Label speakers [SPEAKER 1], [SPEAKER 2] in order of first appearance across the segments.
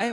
[SPEAKER 1] 哎，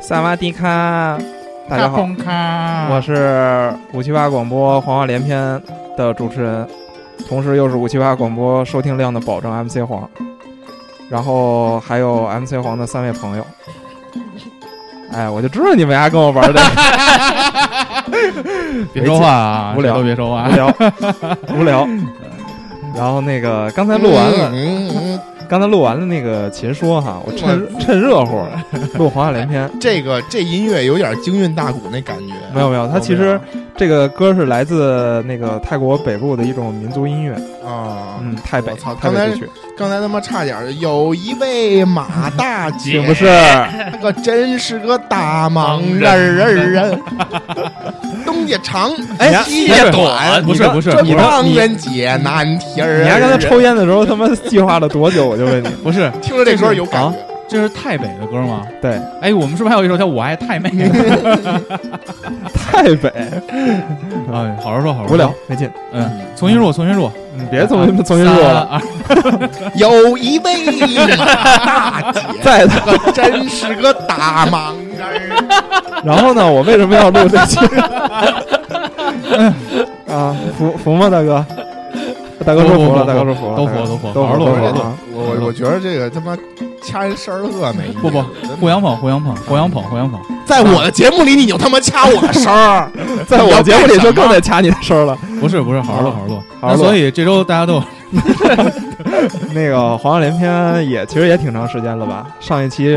[SPEAKER 2] 萨瓦迪卡，大家好，
[SPEAKER 3] 好
[SPEAKER 2] 我是五七八广播黄话连篇的主持人，同时又是五七八广播收听量的保证 MC 黄，然后还有 MC 黄的三位朋友。 哎，我就知道你们俩跟我玩 的
[SPEAKER 3] 别说话啊，
[SPEAKER 2] 无聊
[SPEAKER 3] 谁都别说话
[SPEAKER 2] 无。聊，无聊。然后那个刚才录完了，刚才录完了那个秦说哈，嗯我趁趁热乎 儿录黄话连篇。
[SPEAKER 4] 这个这音乐有点京韵大鼓那感觉。
[SPEAKER 2] 没有没有，它其实这个歌是来自那个泰国北部的一种民族音乐，
[SPEAKER 4] 啊，
[SPEAKER 2] 嗯，泰北，
[SPEAKER 4] 我操
[SPEAKER 2] 泰
[SPEAKER 4] 刚才
[SPEAKER 2] 北地区，
[SPEAKER 4] 刚才他妈差点儿，有一位马大姐，
[SPEAKER 2] 并不是，
[SPEAKER 4] 那可真是个大忙人儿啊！东家长，
[SPEAKER 2] 哎
[SPEAKER 4] 西
[SPEAKER 2] 你
[SPEAKER 4] 家
[SPEAKER 2] 还
[SPEAKER 4] 短，
[SPEAKER 3] 不是不是
[SPEAKER 4] 这
[SPEAKER 2] 你刚
[SPEAKER 4] 帮
[SPEAKER 2] 你
[SPEAKER 4] 人解难题儿。
[SPEAKER 2] 你还刚才抽烟的时候他妈计划了多久？我就问 你，
[SPEAKER 3] 不是，
[SPEAKER 4] 听着这歌有感觉，
[SPEAKER 3] 这是太北的歌吗？
[SPEAKER 2] 对，
[SPEAKER 3] 哎，我们是不是还有一首叫《我爱太啊妹》？
[SPEAKER 2] 泰北
[SPEAKER 3] 哎，好好说，好好说。
[SPEAKER 2] 无聊，没劲，啊
[SPEAKER 3] 嗯，重新录，重新啊录，
[SPEAKER 2] 你嗯别重新重新录
[SPEAKER 3] 说
[SPEAKER 2] 了，
[SPEAKER 3] 了。
[SPEAKER 4] 有一位马大姐，
[SPEAKER 2] 在的。
[SPEAKER 4] 可真是个大忙人儿。
[SPEAKER 2] 然后呢，我为什么要录这期？ 啊，服服吗，大哥？大哥说服了，大哥说服了，
[SPEAKER 3] 都服
[SPEAKER 2] 大哥
[SPEAKER 3] 都服
[SPEAKER 2] 都
[SPEAKER 3] 好好
[SPEAKER 2] 服
[SPEAKER 3] 录
[SPEAKER 2] 都
[SPEAKER 3] 好好
[SPEAKER 2] 服
[SPEAKER 3] 录
[SPEAKER 2] 了啊！
[SPEAKER 4] 我我我觉得这个他妈掐人声儿特没意思。
[SPEAKER 3] 不不
[SPEAKER 4] 真的
[SPEAKER 3] 互相捧，互相捧，互相捧，互相捧。
[SPEAKER 4] 在我的节目里，你就他妈掐我的声儿，
[SPEAKER 2] 在我节目里就更得掐你的声儿了。
[SPEAKER 3] 不是不是，好好录，
[SPEAKER 2] 啊
[SPEAKER 3] 好好录。
[SPEAKER 2] 好好
[SPEAKER 3] 那
[SPEAKER 2] 录
[SPEAKER 3] 所以这周大家都
[SPEAKER 2] 那个黄鹤连篇也其实也挺长时间了吧？上一期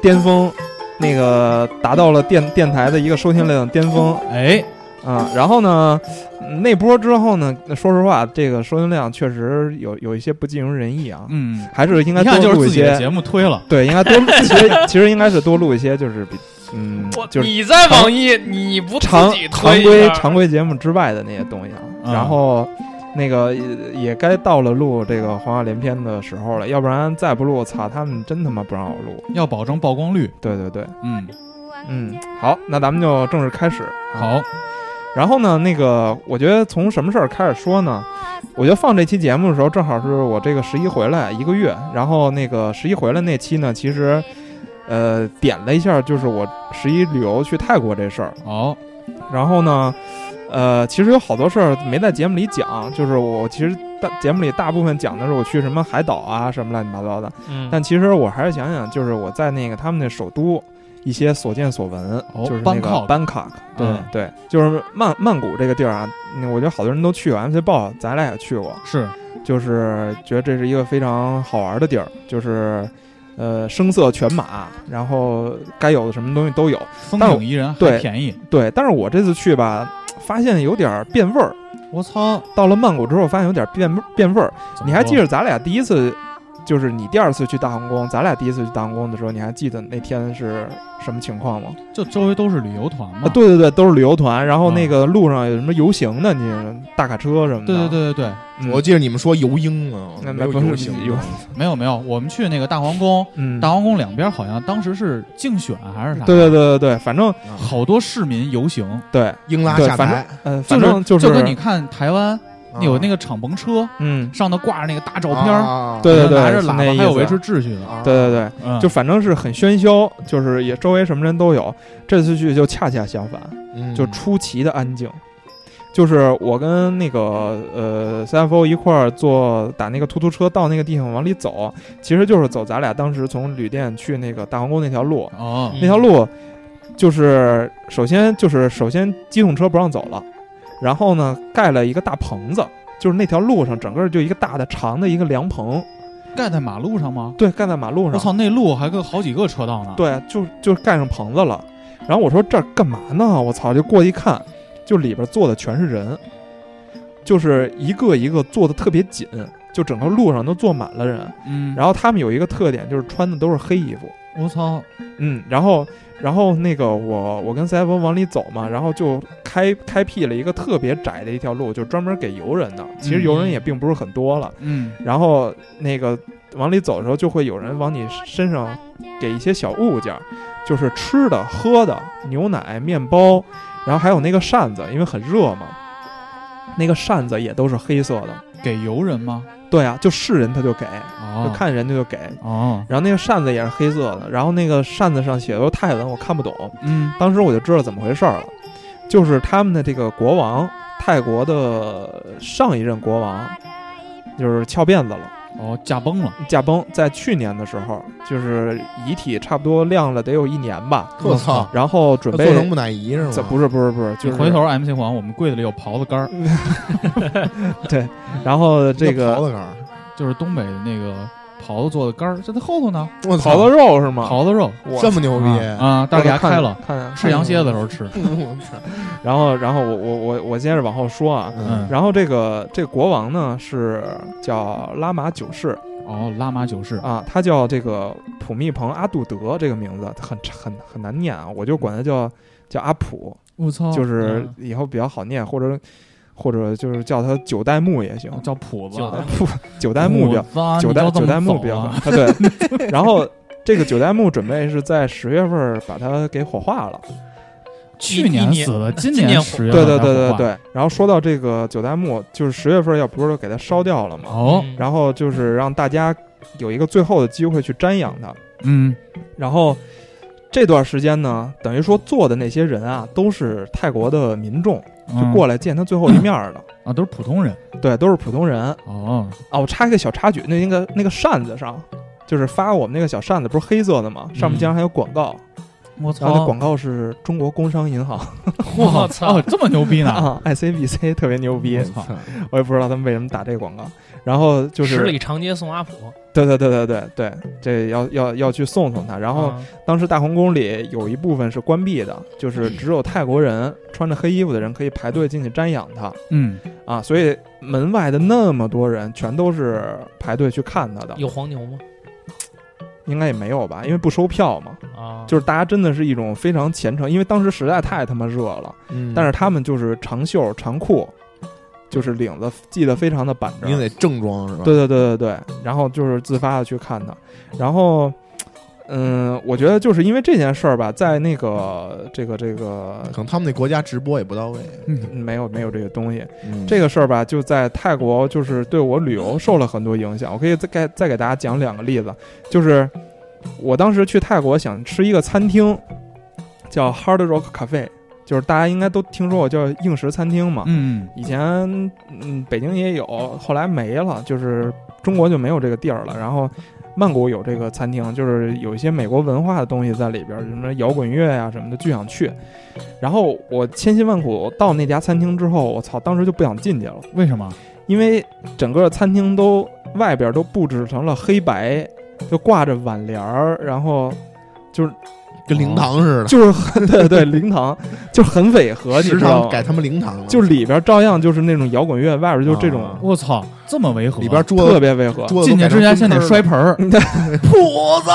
[SPEAKER 2] 巅峰，那个达到了电电台的一个收听量巅峰
[SPEAKER 3] 哎，
[SPEAKER 2] 啊。然后呢，嗯那波之后呢，说实话，这个收听量确实有有一些不尽如人意啊，
[SPEAKER 3] 嗯，
[SPEAKER 2] 还是应该
[SPEAKER 3] 一
[SPEAKER 2] 多
[SPEAKER 3] 看就是
[SPEAKER 2] 录一
[SPEAKER 3] 自己的
[SPEAKER 2] 些。
[SPEAKER 3] 节目推了。
[SPEAKER 2] 对，应该多，其实其实应该是多录一些，就是比 嗯，
[SPEAKER 5] 我
[SPEAKER 2] 就是
[SPEAKER 5] 你在网易，你不自
[SPEAKER 2] 常
[SPEAKER 5] 己推
[SPEAKER 2] 常
[SPEAKER 5] 一
[SPEAKER 2] 规
[SPEAKER 5] 下
[SPEAKER 2] 常规节目之外的那些东西啊。
[SPEAKER 3] 嗯
[SPEAKER 2] 然后那个也也该到了录这个黄话连篇的时候了，要不然再不录，操，他们真他妈不让我录。
[SPEAKER 3] 要保证曝光率。
[SPEAKER 2] 对对对，
[SPEAKER 3] 嗯，
[SPEAKER 2] 嗯，好，那咱们就正式开始。
[SPEAKER 3] 好，
[SPEAKER 2] 然后呢，那个我觉得从什么事儿开始说呢？我觉得放这期节目的时候，正好是我这个十一回来一个月，然后那个十一回来那期呢，其实。呃，点了一下，就是我十一旅游去泰国这事儿，
[SPEAKER 3] 好，
[SPEAKER 2] 然后呢，呃，其实有好多事儿没在节目里讲，就是我其实大节目里大部分讲的是我去什么海岛啊，什么乱七八糟的。
[SPEAKER 5] 嗯
[SPEAKER 2] 但其实我还是想想，就是我在那个他们那首都一些所见所闻，
[SPEAKER 3] 哦
[SPEAKER 2] 就是那个
[SPEAKER 3] ，Bangkok
[SPEAKER 2] 班卡，对、
[SPEAKER 3] 嗯
[SPEAKER 2] 对，就是曼曼谷这个地儿啊，那我觉得好多人都去过，MC 报咱俩也去过，
[SPEAKER 3] 是
[SPEAKER 2] 就是觉得这是一个非常好玩的地儿，就是。呃，声色犬马，然后该有的什么东西都有。
[SPEAKER 3] 风
[SPEAKER 2] 但我
[SPEAKER 3] 景宜人，还
[SPEAKER 2] 对
[SPEAKER 3] 便宜。
[SPEAKER 2] 对，但是我这次去吧，发现有点儿变味儿。
[SPEAKER 3] 我操！
[SPEAKER 2] 到了曼谷之后，发现有点变变味儿。
[SPEAKER 3] 怎么
[SPEAKER 2] 你还记
[SPEAKER 3] 说
[SPEAKER 2] 得咱俩第一次，就是你第二次去大皇宫，咱俩第一次去大皇宫的时候，你还记得那天是什么情况吗？
[SPEAKER 3] 就周围都是旅游团嘛？
[SPEAKER 2] 啊，对对对，都是旅游团，然后
[SPEAKER 3] 嗯
[SPEAKER 2] 那个路上有什么游行的，你大卡车什么的。
[SPEAKER 3] 对对对对对，
[SPEAKER 2] 嗯，
[SPEAKER 4] 我记得你们说游鹰啊，
[SPEAKER 2] 那
[SPEAKER 4] 没有
[SPEAKER 2] 不是
[SPEAKER 4] 游行啊
[SPEAKER 2] 游
[SPEAKER 3] 没有没有，我们去那个大皇宫，
[SPEAKER 2] 嗯，
[SPEAKER 3] 大皇宫两边好像当时是竞选还是啥？
[SPEAKER 2] 对对对对对，反正
[SPEAKER 3] 好多市民游行，
[SPEAKER 2] 对
[SPEAKER 4] 鹰拉
[SPEAKER 2] 啊对
[SPEAKER 4] 下，
[SPEAKER 2] 反
[SPEAKER 4] 台，啊
[SPEAKER 2] 呃，
[SPEAKER 3] 就
[SPEAKER 2] 反正啊
[SPEAKER 3] 就是跟你看台湾有那个
[SPEAKER 4] 个
[SPEAKER 3] 敞篷车，
[SPEAKER 2] 嗯，
[SPEAKER 3] 上头挂着那个大照片
[SPEAKER 4] 啊
[SPEAKER 3] 儿，
[SPEAKER 2] 啊对对对
[SPEAKER 3] 拿着喇
[SPEAKER 2] 是那
[SPEAKER 3] 叭，
[SPEAKER 2] 意思
[SPEAKER 3] 还有维持秩序的，
[SPEAKER 2] 对对对，
[SPEAKER 3] 嗯
[SPEAKER 2] 就反正是很喧嚣，就是也周围什么人都有。这次去就恰恰相反，
[SPEAKER 4] 对
[SPEAKER 2] 就出奇的安静。就是我跟那个呃 CFO 一块儿坐打那个突突车到那个地方往里走，其实就是走咱俩当时从旅店去那个大皇宫那条路，
[SPEAKER 3] 哦
[SPEAKER 4] 嗯
[SPEAKER 2] 那条路就是首先就是首先机动车不让走了，然后呢盖了一个大棚子，就是那条路上整个就一个大的长的一个凉棚，
[SPEAKER 3] 盖在马路上吗？
[SPEAKER 2] 对，盖在马路
[SPEAKER 3] 我
[SPEAKER 2] 上。
[SPEAKER 3] 操，那路还跟好几个车道呢。，
[SPEAKER 2] 对，就就盖上棚子了。然后我说这儿干嘛呢？我操！就过去一看，就里边坐的全是人，就是一个一个坐的特别紧，就整个路上都坐满了人。
[SPEAKER 3] 嗯，
[SPEAKER 2] 然后他们有一个特点，就是穿的都是黑衣服。
[SPEAKER 3] 我操，
[SPEAKER 2] 嗯，然后然后那个我我跟 CFO 往里走嘛，然后就开开辟了一个特别窄的一条路，就专门给游人的。其实游人也并不是很多了。
[SPEAKER 3] 嗯，
[SPEAKER 2] 然后那个往里走的时候，就会有人往你身上给一些小物件儿，就是吃的、喝的、牛奶、面包，然后还有那个扇子，因为很热嘛，那个扇子也都是黑色的。
[SPEAKER 3] 给游人吗？
[SPEAKER 2] 对啊，就是人他就给，就
[SPEAKER 3] 哦，
[SPEAKER 2] 看人他就给。
[SPEAKER 3] 哦，
[SPEAKER 2] 然后那个扇子也是黑色的，然后那个扇子上写的都是泰文，我看不懂。
[SPEAKER 3] 嗯，
[SPEAKER 2] 当时我就知道怎么回事儿了，就是他们的这个国王，泰国的上一任国王，就是翘辫子了。
[SPEAKER 3] 哦，驾崩了，
[SPEAKER 2] 驾崩，在去年的时候，就是遗体差不多晾了得有一年吧，
[SPEAKER 4] 我操，
[SPEAKER 2] 然后准
[SPEAKER 4] 他
[SPEAKER 2] 备
[SPEAKER 4] 做成木乃伊是吗
[SPEAKER 2] 这？不是不是不是，就是嗯
[SPEAKER 3] 你回头 MC 黄，我们柜子里有狍子干儿，
[SPEAKER 2] 然后这
[SPEAKER 4] 那
[SPEAKER 2] 个
[SPEAKER 4] 袍子杆儿，
[SPEAKER 3] 就是东北的那个狍子做的干儿，这在后头呢，
[SPEAKER 4] 我
[SPEAKER 2] 烤
[SPEAKER 4] 操
[SPEAKER 2] 的，肉是吗？
[SPEAKER 3] 狍子肉，
[SPEAKER 2] 我
[SPEAKER 4] 这么牛逼！
[SPEAKER 3] 啊，啊大
[SPEAKER 2] 我
[SPEAKER 3] 给它
[SPEAKER 2] 看嗯
[SPEAKER 3] 开了，，
[SPEAKER 2] 看
[SPEAKER 3] 吃羊蝎子的时。候吃，
[SPEAKER 4] 我操
[SPEAKER 2] 看然后然后我我我我接着往后说啊，
[SPEAKER 4] 嗯，
[SPEAKER 2] 然后这个这个国王呢是叫拉玛九世
[SPEAKER 3] 哦，拉玛九世，
[SPEAKER 2] 啊，他叫这个普密蓬阿杜德这个名字很很很难念啊，我就管他叫叫阿普，
[SPEAKER 3] 我操，
[SPEAKER 2] 就是
[SPEAKER 3] 嗯
[SPEAKER 2] 以后比较好念，或者或者就是叫他九代目也行，
[SPEAKER 3] 叫谱子，
[SPEAKER 1] 九代
[SPEAKER 2] 不，啊九代目标，
[SPEAKER 3] 标
[SPEAKER 2] 九代九代目标啊，对。然后这个九代目准备是在十月份儿把它给火化了。
[SPEAKER 3] 去年死的，今
[SPEAKER 1] 今年
[SPEAKER 3] 十月
[SPEAKER 2] 对
[SPEAKER 3] 份
[SPEAKER 2] 对对
[SPEAKER 3] 才
[SPEAKER 2] 对
[SPEAKER 3] 火化，
[SPEAKER 2] 对。然后说到这个九代目，就是十月份儿要不是给它烧掉了嘛，
[SPEAKER 3] 哦，
[SPEAKER 1] 嗯
[SPEAKER 2] 然后就是让大家有一个最后的机会去瞻仰它。
[SPEAKER 3] 嗯，
[SPEAKER 2] 然后这段时间呢，等于说做的那些人啊，都是泰国的民众，就
[SPEAKER 3] 嗯
[SPEAKER 2] 过来见他最后一面儿的。
[SPEAKER 3] 啊，都是普通人，
[SPEAKER 2] 对，都是普通人。
[SPEAKER 3] 哦，
[SPEAKER 2] 啊，我插一个小插曲，那那个那个扇子上，就是发我们那个小扇子，不是黑色的吗？
[SPEAKER 1] 嗯
[SPEAKER 2] 上面竟然还有广告，
[SPEAKER 3] 我
[SPEAKER 2] 然后那
[SPEAKER 1] 哦
[SPEAKER 3] 操，
[SPEAKER 2] 广告是中国工商银行
[SPEAKER 1] 我操
[SPEAKER 3] 哦，这么牛逼呢，
[SPEAKER 2] 啊，ICBC 特别牛逼
[SPEAKER 3] 我，操，
[SPEAKER 2] 我也啊不知道他们为什么打这个广告。然后就
[SPEAKER 1] 十
[SPEAKER 2] 是，
[SPEAKER 1] 里长街送阿普，
[SPEAKER 2] 对对对对对对，这要要要去送送他。然后
[SPEAKER 1] 啊
[SPEAKER 2] 当时大皇宫里有一部分是关闭的，就是
[SPEAKER 1] 嗯
[SPEAKER 2] 只有泰国人穿着黑衣服的人可以排队进去瞻仰他
[SPEAKER 3] 嗯，
[SPEAKER 2] 啊，所以门外的那么多人全都是排队去看他的，
[SPEAKER 1] 有黄牛吗？
[SPEAKER 2] 应该也没有吧，因为不收票嘛。
[SPEAKER 1] 啊，
[SPEAKER 2] 就是大家真的是一种非常虔诚，因为当时实在太他妈热了，
[SPEAKER 4] 嗯
[SPEAKER 2] 但是他们就是长袖长裤，就是领子系得非常的板正
[SPEAKER 4] 你。得正装是吧？
[SPEAKER 2] 对对对对对，然后就是自发的去看他，然后，嗯，我觉得就是因为这件事儿吧，在那个这个这个
[SPEAKER 4] 可能他们那国家直播也不到位。
[SPEAKER 3] 嗯
[SPEAKER 2] 没有没有这个东西，
[SPEAKER 4] 嗯
[SPEAKER 2] 这个事儿吧，就在泰国就是对我旅游受了很多影响。我可以再给再给大家讲两个例子，就是我当时去泰国想吃一个餐厅，叫 Hard Rock Cafe，就是大家应该都听说过叫硬石餐厅嘛。
[SPEAKER 3] 嗯，
[SPEAKER 2] 以前嗯北京也有，后来没了，就是中国就没有这个地儿了。然后曼谷有这个餐厅，就是有一些美国文化的东西在里边儿，什么摇滚乐呀、什么的，巨想去。然后我千辛万苦到那家餐厅之后，我操，当时就不想进去了。
[SPEAKER 3] 为什么？
[SPEAKER 2] 因为整个餐厅都外边都布置成了黑白，就挂着挽帘儿，然 后就是
[SPEAKER 4] 跟灵堂似
[SPEAKER 2] 就是很 对对灵堂，就是很违和，
[SPEAKER 4] 的，
[SPEAKER 2] 哦你知
[SPEAKER 4] 时
[SPEAKER 2] 道
[SPEAKER 4] 常
[SPEAKER 2] 吗？
[SPEAKER 4] 改他们灵堂了。
[SPEAKER 2] 就里边照样就是那种摇滚乐，外边就这种、
[SPEAKER 4] 啊
[SPEAKER 3] 我操，这么违和，
[SPEAKER 4] 里边桌
[SPEAKER 2] 特
[SPEAKER 4] 子
[SPEAKER 2] 别违和。
[SPEAKER 4] 桌子
[SPEAKER 3] 进去之前先得摔
[SPEAKER 4] 盆
[SPEAKER 3] 盆儿，
[SPEAKER 4] 谱子，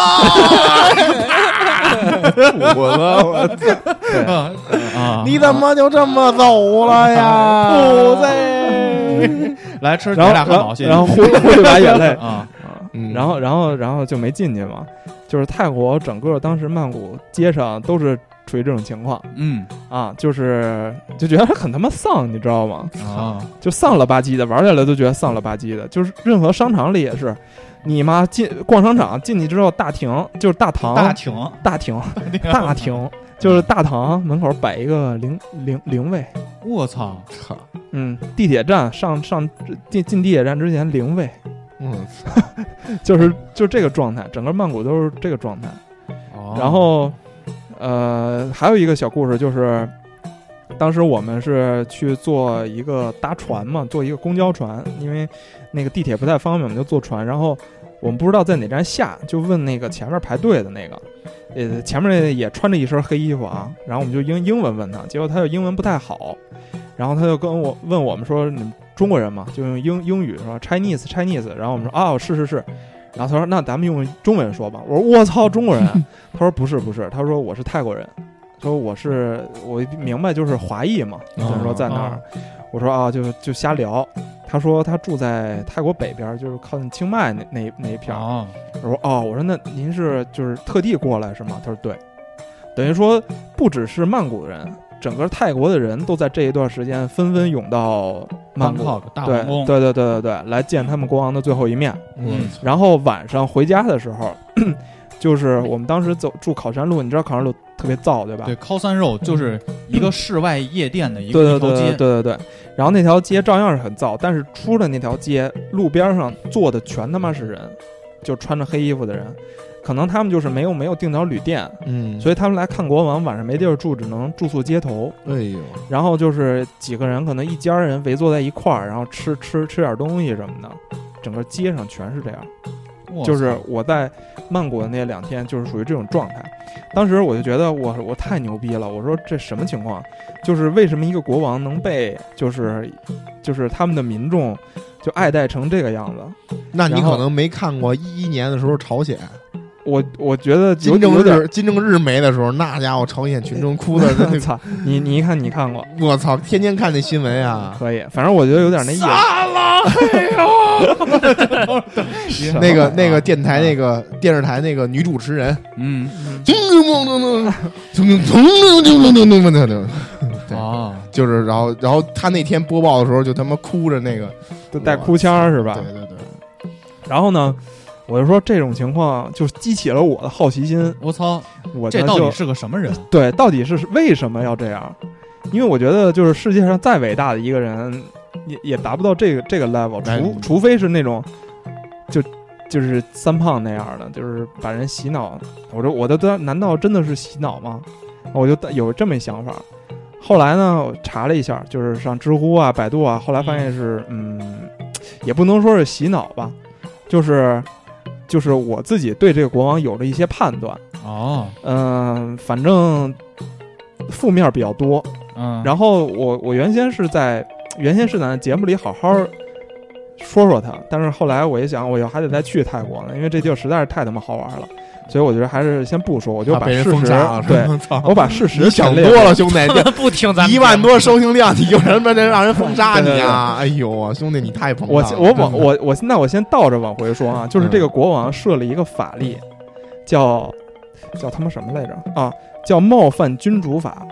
[SPEAKER 4] 谱子，我 操
[SPEAKER 2] 对
[SPEAKER 3] 啊，
[SPEAKER 4] 你怎么就这么走 了呀？
[SPEAKER 2] 谱
[SPEAKER 4] 子，
[SPEAKER 3] 来吃
[SPEAKER 2] 然后，
[SPEAKER 3] 俩
[SPEAKER 2] 然
[SPEAKER 3] 汉堡，
[SPEAKER 2] 后，
[SPEAKER 3] 谢谢，
[SPEAKER 2] 然 后挥挥一把眼泪
[SPEAKER 3] 啊，
[SPEAKER 2] 啊
[SPEAKER 4] 嗯
[SPEAKER 2] 然后，然后，然后就没进去嘛。就是泰国整个当时曼谷街上都是处于这种情况
[SPEAKER 3] 嗯
[SPEAKER 2] 啊，就是就觉得很他妈丧，你知道吗？
[SPEAKER 3] 啊，
[SPEAKER 2] 就丧了吧唧的，玩起来都觉得丧了吧唧的。就是任何商场里也是，你妈进逛商场进去之后，大厅就是大堂，
[SPEAKER 3] 大挺
[SPEAKER 2] 大厅 大，厅就是大堂门口摆一个零零零位，
[SPEAKER 3] 我操，
[SPEAKER 2] 嗯，地铁站上上进进地铁站之前零位，
[SPEAKER 4] 嗯，
[SPEAKER 2] 就是就这个状态，整个曼谷都是这个状态。
[SPEAKER 3] 哦
[SPEAKER 2] 然后，呃，还有一个小故事就是，当时我们是去坐一个搭船嘛，坐一个公交船，因为那个地铁不太方便，我们就坐船。然后我们不知道在哪站下，就问那个前面排队的那个，呃，前面也穿着一身黑衣服啊。然后我们就英英文问他，结果他就英文不太好，然后他就跟我问我们说：“你们中国人嘛，就用英英语说 Chinese Chinese。”然后我们说：“哦，是是是。”然后他说：“那咱们用中文说吧。”我说：“我操，中国人啊！”他说：“不是不是，他说我是泰国人。”说我是我明白就是华裔嘛，就是说在那儿，我说啊就就瞎聊。他说他住在泰国北边儿，就是靠近清迈那那那一片儿。
[SPEAKER 3] 啊，
[SPEAKER 2] 我说哦，我说那您是就是特地过来是吗？他说对，等于说不只是曼谷人，整个泰国的人都在这一段时间纷纷涌到曼
[SPEAKER 3] 曼
[SPEAKER 2] 谷，
[SPEAKER 3] 靠大
[SPEAKER 2] 对
[SPEAKER 3] 皇宫，
[SPEAKER 2] 对对对对对，来见他们国王的最后一面。
[SPEAKER 3] 嗯
[SPEAKER 2] 然后晚上回家的时候， 就是我们当时走住考山路，你知道考山路特别燥对吧？
[SPEAKER 3] 对，靠山肉就是一个室外夜店的一
[SPEAKER 2] 嗯对
[SPEAKER 3] 个
[SPEAKER 2] 对对
[SPEAKER 3] 一条
[SPEAKER 2] 对
[SPEAKER 3] 街，
[SPEAKER 2] 对对对。然后那条街照样是很燥，但是出了那条街，路边上坐的全他妈是人，就穿着黑衣服的人，可能他们就是没有没有订着旅店，
[SPEAKER 4] 嗯，
[SPEAKER 2] 所以他们来看国王晚上没地儿住，只能住宿街头。
[SPEAKER 4] 哎呦，
[SPEAKER 2] 然后就是几个人，可能一家人围坐在一块儿，然后吃吃吃点东西什么的。整个街上全是这样，
[SPEAKER 3] 哇
[SPEAKER 2] 就是我在曼谷的那两天，就是属于这种状态。当时我就觉得我我太牛逼了，我说这什么情况？就是为什么一个国王能被就是就是他们的民众就爱戴成这个样子？
[SPEAKER 4] 那你
[SPEAKER 2] 然后
[SPEAKER 4] 可能没看过一一年的时候朝鲜
[SPEAKER 2] 我我觉得有
[SPEAKER 4] 金正
[SPEAKER 2] 有点
[SPEAKER 4] 日金正日没的时候，那家伙朝鲜群众哭的 那
[SPEAKER 2] 操，你你一看你看过，
[SPEAKER 4] 我操，天天看那新闻啊。
[SPEAKER 2] 可以，反正我觉得有点那意思。
[SPEAKER 3] 什么
[SPEAKER 4] 那个那
[SPEAKER 2] 啊
[SPEAKER 4] 个电台那个电视台那个女主 持人，
[SPEAKER 3] 嗯
[SPEAKER 4] 咚咚咚咚咚咚咚咚咚咚咚咚咚咚，对
[SPEAKER 3] 啊，
[SPEAKER 4] 就是然后然后他那天播报的时候就他妈哭着那个，
[SPEAKER 2] 都带哭腔儿是吧？
[SPEAKER 4] 对对对，
[SPEAKER 2] 然后呢，我就说这种情况就激起了我的好奇心，
[SPEAKER 3] 我操，
[SPEAKER 2] 我
[SPEAKER 3] 这
[SPEAKER 2] 呢
[SPEAKER 3] 到
[SPEAKER 2] 就
[SPEAKER 3] 底是个什 么人？
[SPEAKER 2] 对，到底是为什么要这样？因为我觉得，就是世界上再伟大的一个人，也也达不到这个这个 level，
[SPEAKER 4] 哎
[SPEAKER 2] 除除非是那种，就就是三胖那样的，就是把人洗脑。我说我的当难道真的是洗脑吗？我就有这么一想法。后来呢，我查了一下，就是上知乎啊、百度啊，后来发现是嗯，也不能说是洗脑吧，就是就是我自己对这个国王有了一些判断。
[SPEAKER 3] 哦，
[SPEAKER 2] 嗯，反正负面比较多。
[SPEAKER 3] 嗯，
[SPEAKER 2] 然后我我原先是在原先是在节目里好好说说他，但是后来我一想，我以后还得再去泰国呢，因为这地儿实在是太他妈好玩了，所以我觉得还是先不说，我就
[SPEAKER 4] 怕
[SPEAKER 2] 把
[SPEAKER 4] 被
[SPEAKER 2] 事
[SPEAKER 4] 人
[SPEAKER 2] 实
[SPEAKER 4] 封杀了，
[SPEAKER 2] 对，
[SPEAKER 4] 是吧，操，
[SPEAKER 2] 我把事实
[SPEAKER 4] 你想
[SPEAKER 2] 陈
[SPEAKER 4] 多
[SPEAKER 2] 列
[SPEAKER 4] 了，兄弟，这
[SPEAKER 1] 不听咱们
[SPEAKER 4] 一万多收听量，你有什么能让人封杀你啊？哎呦啊，兄弟，你太膨
[SPEAKER 2] 我
[SPEAKER 4] 胀了。
[SPEAKER 2] 我
[SPEAKER 4] 真
[SPEAKER 2] 往
[SPEAKER 4] 的嗯
[SPEAKER 2] 我我现在我先倒着往回说啊，就是这个国王设了一个法律，叫叫他妈什么来着啊？叫冒犯君主法，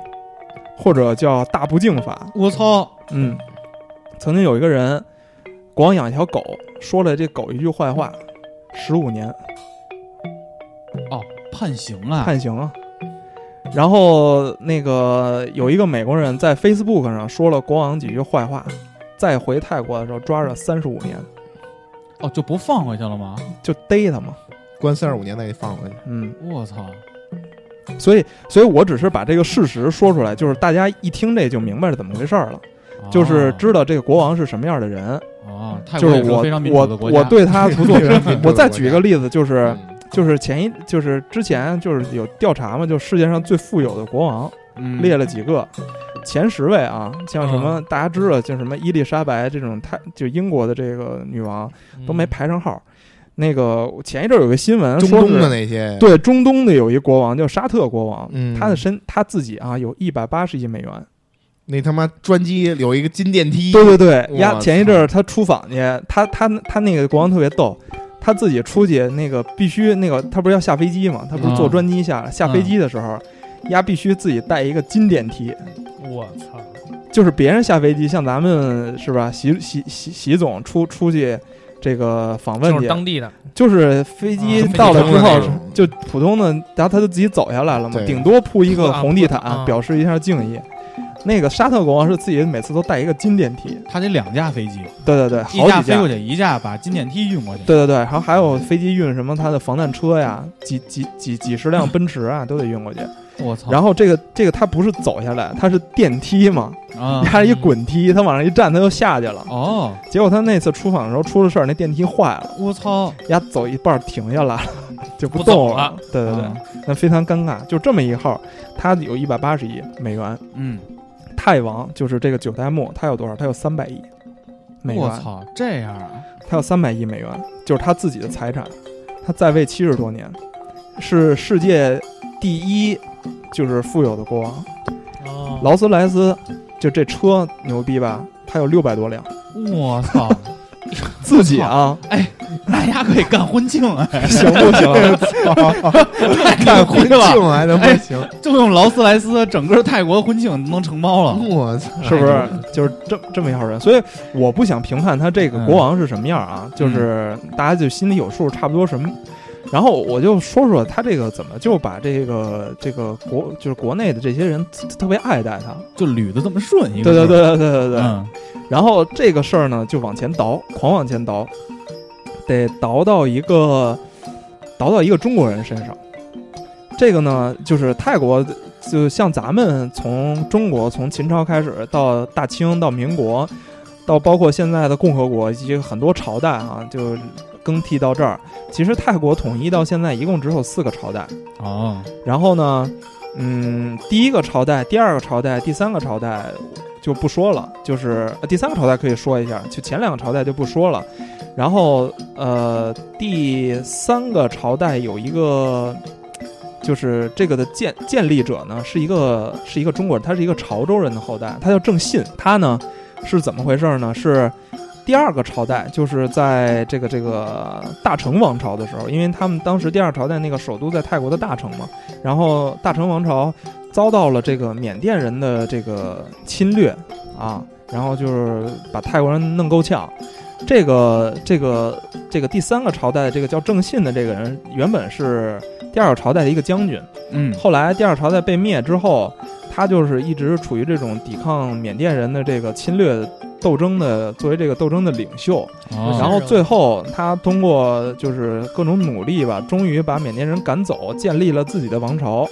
[SPEAKER 2] 或者叫大不敬法。
[SPEAKER 3] 我操，
[SPEAKER 2] 嗯，曾经有一个人，国王养一条狗，说了这狗一句坏话，十五年
[SPEAKER 3] 啊哦，判刑啊，
[SPEAKER 2] 判刑啊。然后那个有一个美国人在 Facebook 上说了国王几句坏话，再回泰国的时候抓着三十五年，
[SPEAKER 3] 哦，就不放回去了吗？
[SPEAKER 2] 就逮他嘛。
[SPEAKER 4] 关三十五年再给放回去，
[SPEAKER 2] 嗯，
[SPEAKER 3] 我操，
[SPEAKER 2] 所以，所以我只是把这个事实说出来，就是大家一听这就明白是怎么回事儿了，就是知道这个国王是什么样的人，
[SPEAKER 3] 哦，啊泰
[SPEAKER 2] 就
[SPEAKER 3] 国也
[SPEAKER 2] 是
[SPEAKER 3] 是
[SPEAKER 2] 我
[SPEAKER 3] 非常民主
[SPEAKER 2] 我
[SPEAKER 3] 的国家，
[SPEAKER 2] 我对他不 做 我再举一个
[SPEAKER 4] 例
[SPEAKER 2] 例子，就是
[SPEAKER 4] 子，
[SPEAKER 2] 就是前一就是之前就是有调查嘛，就世界上最富有的国王
[SPEAKER 3] 嗯
[SPEAKER 2] 列了几个前十位啊，像什
[SPEAKER 4] 嗯
[SPEAKER 2] 么大家知道，像什么伊丽莎白这种太就英国的这个女王
[SPEAKER 4] 嗯
[SPEAKER 2] 都没排上号。那个前一阵儿有个新闻，
[SPEAKER 4] 中
[SPEAKER 2] 说是
[SPEAKER 4] 东的那些，
[SPEAKER 2] 对中东的有一国王叫沙特国王，
[SPEAKER 4] 嗯
[SPEAKER 2] 他的身他自己啊有一百八十亿美元，
[SPEAKER 4] 那他妈专机有一个金电梯，
[SPEAKER 2] 对对对，
[SPEAKER 4] 我
[SPEAKER 2] 呀，
[SPEAKER 4] 操
[SPEAKER 2] 前一阵儿他出访去，他他他那个国王特别逗，他自己出去那个必须那个他不是要下飞机嘛，他不是
[SPEAKER 3] 嗯
[SPEAKER 2] 坐专机下来，下飞机的时候，呀必须自己带一个金电梯，
[SPEAKER 1] 我操！
[SPEAKER 2] 就是别人下飞机，像咱们是吧，习习习习总出出去。这个访问
[SPEAKER 1] 就
[SPEAKER 2] 去
[SPEAKER 1] 是，当地的，
[SPEAKER 2] 就是飞
[SPEAKER 1] 啊
[SPEAKER 2] 机
[SPEAKER 1] 飞机
[SPEAKER 2] 到了
[SPEAKER 4] 上
[SPEAKER 2] 之
[SPEAKER 4] 的
[SPEAKER 2] 后
[SPEAKER 4] 那种，
[SPEAKER 2] 就普通的，然后他就自己走下来了嘛，
[SPEAKER 4] 对
[SPEAKER 2] 顶多铺一个
[SPEAKER 1] 铺啊
[SPEAKER 2] 红地
[SPEAKER 1] 铺啊
[SPEAKER 2] 毯
[SPEAKER 1] 啊
[SPEAKER 2] 表示一下敬意。那个沙特国王是自己每次都带一个金电梯，
[SPEAKER 3] 他得两架飞机，
[SPEAKER 2] 对对对，
[SPEAKER 3] 一
[SPEAKER 2] 好几
[SPEAKER 3] 飞过去，一架把金电梯运过去。
[SPEAKER 2] 对对对，然后还有飞机运什么它的防弹车呀，几几几几十辆奔驰啊，都得运过去。
[SPEAKER 3] 我操！
[SPEAKER 2] 然后这个这个它不是走下来，它是电梯嘛，
[SPEAKER 3] 后啊，
[SPEAKER 2] 它是一滚梯，它往上一站，它就下去了。
[SPEAKER 3] 哦，
[SPEAKER 2] 结果他那次出访的时候出了事儿，那电梯坏了，
[SPEAKER 3] 我操！
[SPEAKER 2] 丫走一半儿停下来了，就不
[SPEAKER 1] 不
[SPEAKER 2] 动
[SPEAKER 1] 走
[SPEAKER 2] 了。
[SPEAKER 1] 了
[SPEAKER 2] 对对对，
[SPEAKER 3] 啊
[SPEAKER 2] 那非常尴尬。就这么一号，他有一百八十亿美元，
[SPEAKER 3] 嗯，
[SPEAKER 2] 泰王就是这个九代目，他有多少？他有三百亿美
[SPEAKER 3] 我
[SPEAKER 2] 元，
[SPEAKER 3] 操，这样啊，
[SPEAKER 2] 他有三百亿美元，就是他自己的财产。他在位七十多年，是世界第一就是富有的国王。
[SPEAKER 1] 哦
[SPEAKER 2] 劳斯莱斯就这车牛逼吧？他有六百多辆，
[SPEAKER 3] 我操！
[SPEAKER 2] 自己 啊，
[SPEAKER 3] 那丫可以干婚庆哎，
[SPEAKER 2] 行不行？
[SPEAKER 3] 干
[SPEAKER 4] 婚
[SPEAKER 3] 婚了，
[SPEAKER 4] 庆还能不 行？
[SPEAKER 3] 就用劳斯莱斯，整个泰国婚庆能承包
[SPEAKER 2] 嗯
[SPEAKER 3] 了。
[SPEAKER 4] 我操！
[SPEAKER 2] 是不是？就是这这么一号人，所以我不想评判他这个国王是什么样啊，就是大家就心里有数，差不多什么。然后我就说说他这个怎么就把这个这个国就是国内的这些人特特别爱戴他，
[SPEAKER 3] 就捋的这么顺，一
[SPEAKER 2] 对
[SPEAKER 3] 个
[SPEAKER 2] 对
[SPEAKER 3] 劲儿
[SPEAKER 2] 对对对对对。
[SPEAKER 3] 嗯，
[SPEAKER 2] 然后这个事儿呢就往前倒，狂往前倒，得倒到一个倒到一个中国人身上。这个呢就是泰国，就像咱们从中国从秦朝开始到大清到民国，到包括现在的共和国以及很多朝代啊，就更替到这儿。啊其实泰国统一到现在一共只有四个朝代。
[SPEAKER 3] 哦，
[SPEAKER 2] 然后呢，嗯，第一个朝代、第二个朝代、第三个朝代就不说了，就是、呃第三个朝代可以说一下，就前两个朝代就不说了。然后呃，第三个朝代有一个，就是这个的建建立者呢是一个是一个中国人，他是一个潮州人的后代，他叫郑信，他呢是怎么回事呢？是第二个朝代，就是在这个这个大成王朝的时候，因为他们当时第二朝代那个首都在泰国的大城嘛，然后大成王朝遭到了这个缅甸人的这个侵略啊，然后就是把泰国人弄够呛。这个这个这个第三个朝代的这个叫郑信的这个人，原本是第二个朝代的一个将军，
[SPEAKER 3] 嗯，
[SPEAKER 2] 后来第二朝代被灭之后，他就是一直处于这种抵抗缅甸人的这个侵略斗争的，作为这个斗争的领袖。
[SPEAKER 3] 哦
[SPEAKER 2] 然后最后他通过就是各种努力吧，终于把缅甸人赶走，建立了自己的王朝。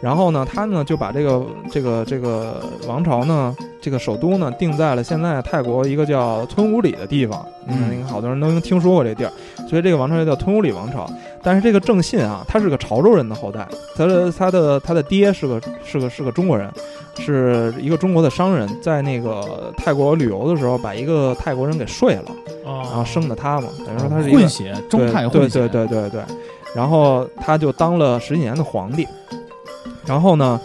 [SPEAKER 2] 然后呢，他呢就把这个这个这个王朝呢，这个首都呢定在了现在泰国一个叫吞武里的地方。
[SPEAKER 3] 嗯
[SPEAKER 2] 应该好多人都听说过这地儿，所以这个王朝就叫吞武里王朝。但是这个郑信啊，他是个潮州人的后代，他的他的他的爹是个是个是个中国人，是一个中国的商人，在那个泰国旅游的时候把一个泰国人给睡了。然后
[SPEAKER 1] 哦，
[SPEAKER 2] 生的他嘛，等于说他是一
[SPEAKER 3] 混
[SPEAKER 2] 个
[SPEAKER 3] 血，
[SPEAKER 2] 对
[SPEAKER 3] 中泰混血，
[SPEAKER 2] 对对对对对，然后他就当了十几年的皇帝，然后呢，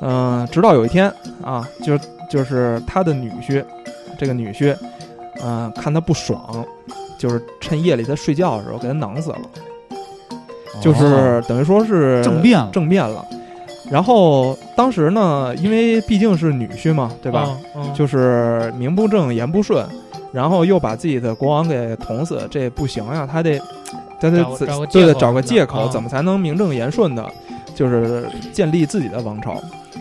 [SPEAKER 2] 嗯、直到有一天啊，就就是他的女婿，这个女婿，嗯、看他不爽，就是趁夜里他睡觉的时候给他囊死了，就是等于说是
[SPEAKER 3] 哦政变了，
[SPEAKER 2] 政变了。然后当时呢，因为毕竟是女婿嘛，对
[SPEAKER 1] 对
[SPEAKER 2] 吧？？
[SPEAKER 1] 嗯
[SPEAKER 2] 就是名不正言不顺，然后又把自己的国王给捅死，这不行呀、他得，他得
[SPEAKER 1] 找个
[SPEAKER 2] 自
[SPEAKER 1] 找个
[SPEAKER 2] 对
[SPEAKER 1] 借
[SPEAKER 2] 得
[SPEAKER 1] 口
[SPEAKER 2] 找个
[SPEAKER 1] 什么的
[SPEAKER 2] 借口，
[SPEAKER 1] 啊
[SPEAKER 2] 怎么才能名正言顺的，就是建立自己的王朝。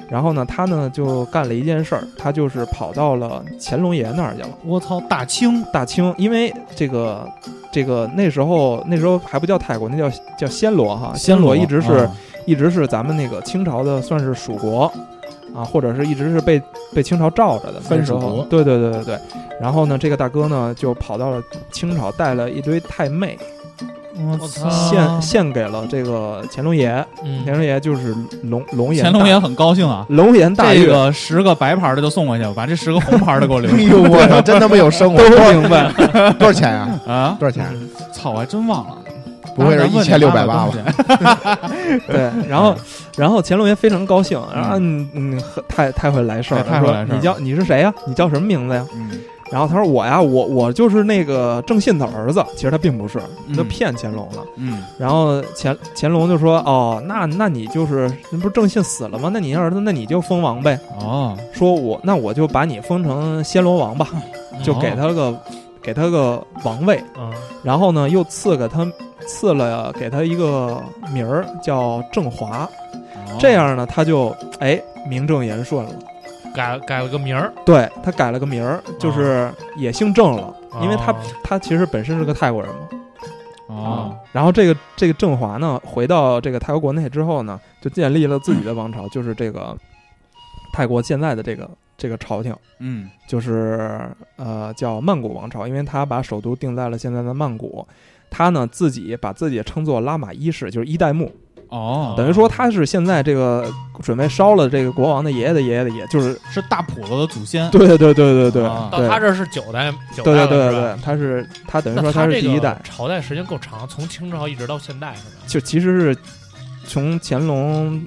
[SPEAKER 2] 然后呢，他呢就干了一件事儿，他就是跑到了乾隆爷那儿去了。
[SPEAKER 3] 我操，大清
[SPEAKER 2] 大清，因为这个这个那时候那时候还不叫泰国，那叫叫暹罗哈，暹罗一直是、
[SPEAKER 1] 嗯
[SPEAKER 3] 啊
[SPEAKER 2] 一直是咱们那个清朝的算是属国啊，或者是一直是被被清朝罩着的
[SPEAKER 3] 藩属
[SPEAKER 2] 那时候
[SPEAKER 3] 国
[SPEAKER 2] 对对对对对。然后呢，这个大哥呢就跑到了清朝，带了一堆太妹，
[SPEAKER 3] 我操，
[SPEAKER 2] 献献给了这个乾隆爷。
[SPEAKER 1] 嗯
[SPEAKER 2] 乾隆爷就是龙龙颜
[SPEAKER 3] 乾
[SPEAKER 2] 大，
[SPEAKER 3] 隆爷很高兴啊。
[SPEAKER 2] 龙颜大
[SPEAKER 3] 这
[SPEAKER 2] 悦，
[SPEAKER 3] 个十个白牌的就送过去，把这十个红牌的 给我留
[SPEAKER 4] 哎呦我操，真他妈有生活！多
[SPEAKER 2] 明白。嗯
[SPEAKER 4] 少 多少钱啊？
[SPEAKER 3] 啊！
[SPEAKER 4] 多少钱？
[SPEAKER 3] 操，我还真忘了，
[SPEAKER 4] 不会是一千六百八吧？
[SPEAKER 3] 吧？
[SPEAKER 2] 对，然
[SPEAKER 3] 嗯
[SPEAKER 2] 后然后乾隆爷非常高兴，然后嗯嗯，呵太太会来事儿
[SPEAKER 3] 哎
[SPEAKER 2] 了，
[SPEAKER 3] 太太会
[SPEAKER 2] 说
[SPEAKER 3] 来事儿
[SPEAKER 2] 你叫你是谁呀？你叫什么名字呀？
[SPEAKER 3] 嗯
[SPEAKER 2] 然后他说我呀，我我就是那个郑信的儿子，其实他并不是，
[SPEAKER 3] 嗯
[SPEAKER 2] 他骗乾隆了。
[SPEAKER 3] 嗯，
[SPEAKER 2] 然后乾乾隆就说哦，那那你就是那不是郑信死了吗？那你儿子那你就封王呗。
[SPEAKER 3] 哦，
[SPEAKER 2] 说我那我就把你封成暹罗王吧，
[SPEAKER 3] 哦
[SPEAKER 2] 就给他个、给他个王位，
[SPEAKER 1] 嗯
[SPEAKER 2] 然后呢又赐给他赐了给他一个名儿叫郑华，
[SPEAKER 3] 哦
[SPEAKER 2] 这样呢他就哎名正言顺了。
[SPEAKER 1] 改改了个名儿，
[SPEAKER 2] 对他改了个名儿，就是也姓郑了，因为他
[SPEAKER 1] 哦
[SPEAKER 2] 他其实本身是个泰国人嘛。
[SPEAKER 3] 哦，
[SPEAKER 2] 然后这个这个振华呢，回到这个泰国国内之后呢，就建立了自己的王朝，就是这个泰国现在的这个这个朝廷，
[SPEAKER 6] 嗯
[SPEAKER 2] 就是呃叫曼谷王朝，因为他把首都定在了现在的曼谷。他呢自己把自己称作拉玛一世，就是一代目，
[SPEAKER 3] 哦，
[SPEAKER 2] 等于说他是现在这个准备烧了这个国王的爷爷的爷爷的爷，就是
[SPEAKER 3] 是大普子的祖先，
[SPEAKER 2] 对对对对对对
[SPEAKER 3] 啊
[SPEAKER 1] 到他
[SPEAKER 2] 对。
[SPEAKER 1] 这儿是九代，九代
[SPEAKER 2] 对对
[SPEAKER 1] 了
[SPEAKER 2] 对
[SPEAKER 1] 是吧
[SPEAKER 2] 对，他是他等于
[SPEAKER 1] 那
[SPEAKER 2] 说
[SPEAKER 1] 他
[SPEAKER 2] 是
[SPEAKER 1] 这
[SPEAKER 2] 第一代
[SPEAKER 1] 个，朝代时间够长，从清朝一直到现代是吧？
[SPEAKER 2] 就其实是从乾隆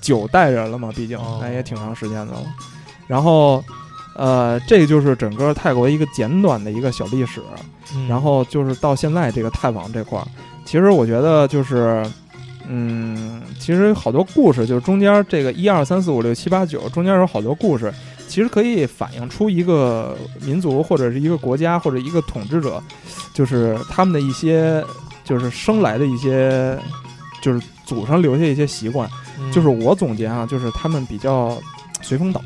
[SPEAKER 2] 九代人了嘛，毕竟
[SPEAKER 1] 哦
[SPEAKER 2] 那也挺长时间的了。然后，呃，这就是整个泰国一个简短的一个小历史。啊
[SPEAKER 1] 嗯
[SPEAKER 2] 然后就是到现在这个泰王这块儿，其实我觉得就是，嗯，其实好多故事，就是中间这个一二三四五六七八九中间有好多故事，其实可以反映出一个民族或者是一个国家或者一个统治者，就是他们的一些就是生来的一些，就是祖上留下一些习惯。
[SPEAKER 1] 嗯
[SPEAKER 2] 就是我总结啊，就是他们比较随风倒。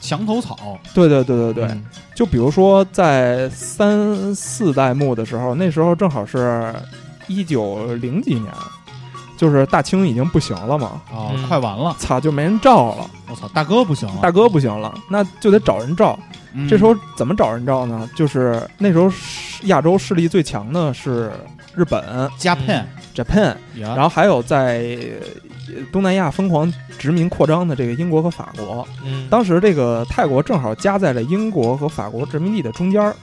[SPEAKER 3] 墙头草，
[SPEAKER 2] 对对对对对，
[SPEAKER 3] 嗯
[SPEAKER 2] 就比如说在三四代目的时候，那时候正好是一九零几年，就是大清已经不行了嘛，
[SPEAKER 3] 啊
[SPEAKER 1] 嗯，
[SPEAKER 3] 快完了，
[SPEAKER 2] 操，就没人照了，
[SPEAKER 3] 我操，大哥不行了，
[SPEAKER 2] 大哥不行了，那就得找人照。
[SPEAKER 3] 嗯
[SPEAKER 2] 这时候怎么找人照呢？就是那时候是亚洲势力最强的是日本
[SPEAKER 3] 加片，
[SPEAKER 2] （Japan），
[SPEAKER 3] 然
[SPEAKER 2] 嗯然后还有在呃东南亚疯狂殖民扩张的这个英国和法国。
[SPEAKER 1] 嗯
[SPEAKER 2] 当时这个泰国正好夹在了英国和法国殖民地的中间儿。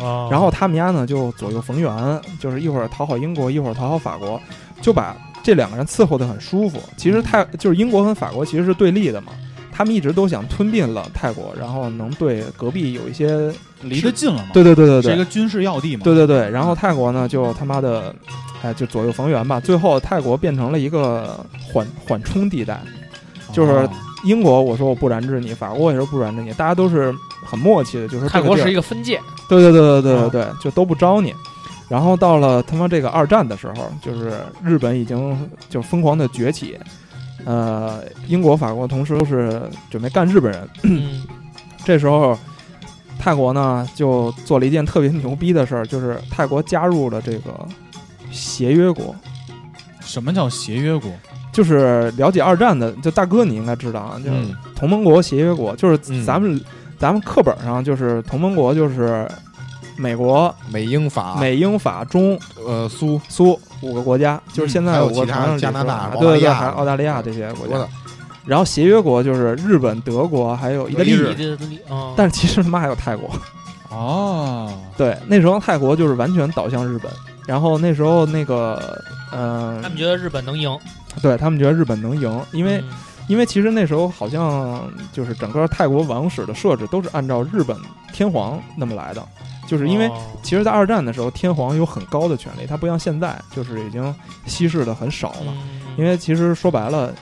[SPEAKER 1] 哦
[SPEAKER 2] 然后他们家呢就左右逢源，就是一会儿讨好英国，一会儿讨好法国，就把这两个人伺候得很舒服。其实泰就是英国跟法国其实是对立的嘛，他们一直都想吞并了泰国，然后能对隔壁有一些
[SPEAKER 3] 离得近了嘛，
[SPEAKER 2] 对对对对
[SPEAKER 3] 是一
[SPEAKER 2] 对
[SPEAKER 3] 个军事要地嘛，
[SPEAKER 2] 对对对。然后泰国呢就他妈的，哎就左右逢源吧。最后泰国变成了一个缓缓冲地带，
[SPEAKER 3] 哦，
[SPEAKER 2] 就是英国我说我不染指你，法国也是不染指你，大家都是很默契的，就是说
[SPEAKER 1] 泰
[SPEAKER 2] 这个
[SPEAKER 1] 国
[SPEAKER 2] 地儿
[SPEAKER 1] 是一个分界，
[SPEAKER 2] 对对对对
[SPEAKER 1] 啊
[SPEAKER 2] 对对对，就都不招你。然后到了他妈这个二战的时候，就是日本已经就疯狂的崛起，呃，英国、法国同时都是准备干日本人。
[SPEAKER 1] 嗯
[SPEAKER 2] 这时候，泰国呢就做了一件特别牛逼的事儿，就是泰国加入了这个协约国。
[SPEAKER 3] 什么叫协约国？
[SPEAKER 2] 就是了解二战的，就大哥你应该知道啊，就是
[SPEAKER 1] 嗯
[SPEAKER 2] 同盟国、协约国，就是
[SPEAKER 1] 嗯
[SPEAKER 2] 咱们、咱们课本上就是同盟国就是美国、
[SPEAKER 4] 美英法
[SPEAKER 2] 美英法中
[SPEAKER 4] 呃苏
[SPEAKER 2] 苏五个国家，就是现
[SPEAKER 4] 嗯还
[SPEAKER 2] 在
[SPEAKER 4] 有
[SPEAKER 2] 五个
[SPEAKER 4] 其
[SPEAKER 2] 常
[SPEAKER 4] 他
[SPEAKER 2] 用
[SPEAKER 4] 加拿
[SPEAKER 2] 列
[SPEAKER 4] 大
[SPEAKER 2] 出来对
[SPEAKER 4] 澳
[SPEAKER 2] 对
[SPEAKER 4] 大利
[SPEAKER 2] 对，
[SPEAKER 4] 亚嗯
[SPEAKER 2] 还有澳大利亚这些国
[SPEAKER 4] 多
[SPEAKER 2] 家
[SPEAKER 4] 的。，
[SPEAKER 2] 然后协约国就是日本、德国，还有意大
[SPEAKER 1] 意
[SPEAKER 2] 利，
[SPEAKER 1] 的利，嗯
[SPEAKER 2] 但是其实他妈还有泰国。
[SPEAKER 3] 哦，
[SPEAKER 2] 对，那时候泰国就是完全倒向日本。然后那时候那个，嗯、
[SPEAKER 1] 他们觉得日本能赢，
[SPEAKER 2] 对他们觉得日本能赢，因为、
[SPEAKER 1] 嗯
[SPEAKER 2] 因为其实那时候好像就是整个泰国王室的设置都是按照日本天皇那么来的，就是因为
[SPEAKER 1] 哦
[SPEAKER 2] 其实，在二战的时候，天皇有很高的权力，他不像现在就是已经稀释的很少了。
[SPEAKER 1] 嗯
[SPEAKER 2] 因为其实说白了，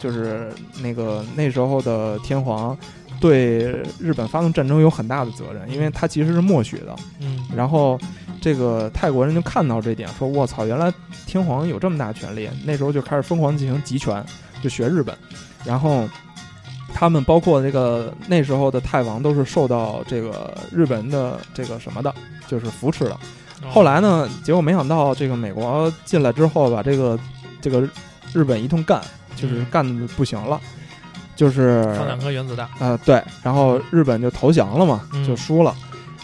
[SPEAKER 2] 就是那个那时候的天皇对日本发动战争有很大的责任，因为他其实是默许的。
[SPEAKER 1] 嗯
[SPEAKER 2] 然后这个泰国人就看到这点，说我操，原来天皇有这么大权力，那时候就开始疯狂进行集权，就学日本，然后。他们包括这个那时候的泰王都是受到这个日本人的这个什么的，就是扶持的。后
[SPEAKER 1] 哦
[SPEAKER 2] 来呢，结果没想到这个美国进来之后，把这个这个日本一通干，就是干的不行了，就是
[SPEAKER 1] 嗯放两颗原子弹，
[SPEAKER 2] 呃对，然后日本就投降了嘛，
[SPEAKER 1] 嗯
[SPEAKER 2] 就输了，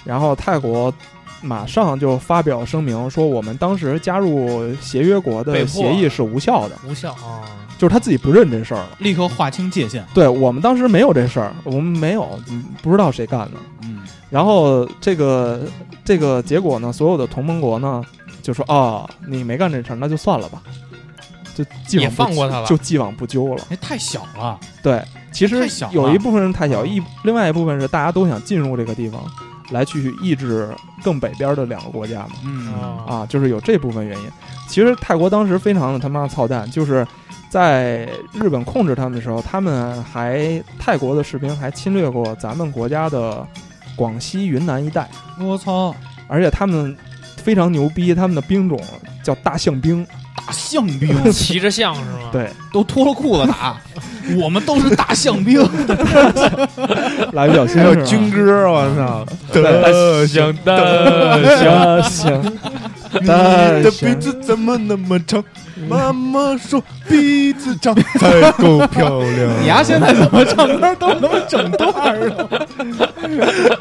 [SPEAKER 2] 然后泰国。马上就发表声明说，我们当时加入协约国
[SPEAKER 1] 被
[SPEAKER 2] 的
[SPEAKER 1] 迫
[SPEAKER 2] 协议是无效的，
[SPEAKER 1] 无效啊，
[SPEAKER 2] 就是他自己不认这事儿了。
[SPEAKER 3] 立刻划清界限，
[SPEAKER 2] 对我们当时没有这事儿，我们没有，嗯不知道谁干的。
[SPEAKER 3] 嗯，
[SPEAKER 2] 然后这个这个结果呢，所有的同盟国呢就说哦，你没干这事儿，那就算了吧，就既往
[SPEAKER 1] 也
[SPEAKER 2] 不
[SPEAKER 1] 放过他了
[SPEAKER 2] 就既往不咎了。
[SPEAKER 3] 那哎太小了，
[SPEAKER 2] 对，其实
[SPEAKER 3] 太小了
[SPEAKER 2] 有一部分人太小，
[SPEAKER 3] 啊
[SPEAKER 1] 嗯
[SPEAKER 2] 一另外一部分是大家都想进入这个地方，来去抑制更北边的两个国家嘛。
[SPEAKER 3] 嗯，
[SPEAKER 1] 啊
[SPEAKER 2] 啊，就是有这部分原因。其实泰国当时非常的他妈操蛋，就是在日本控制他们的时候，他们还泰国的士兵还侵略过咱们国家的广西、云南一带。
[SPEAKER 3] 我操，
[SPEAKER 2] 而且他们非常牛逼，他们的兵种叫大象兵，
[SPEAKER 3] 大象兵
[SPEAKER 1] 骑着象是吗？，
[SPEAKER 2] 对，
[SPEAKER 3] 都脱了裤子打，我们都是大象兵，
[SPEAKER 2] 蜡笔小新
[SPEAKER 4] 还有
[SPEAKER 2] 是吧
[SPEAKER 4] 军歌，我操，
[SPEAKER 2] 对
[SPEAKER 4] 哎呃行
[SPEAKER 1] 的，
[SPEAKER 2] 行行，
[SPEAKER 4] 你
[SPEAKER 2] 但
[SPEAKER 4] 的
[SPEAKER 2] 是
[SPEAKER 4] 鼻子怎么那么长？妈妈说鼻子 长才够漂亮。
[SPEAKER 3] 你丫现在怎么唱歌都能整段儿了？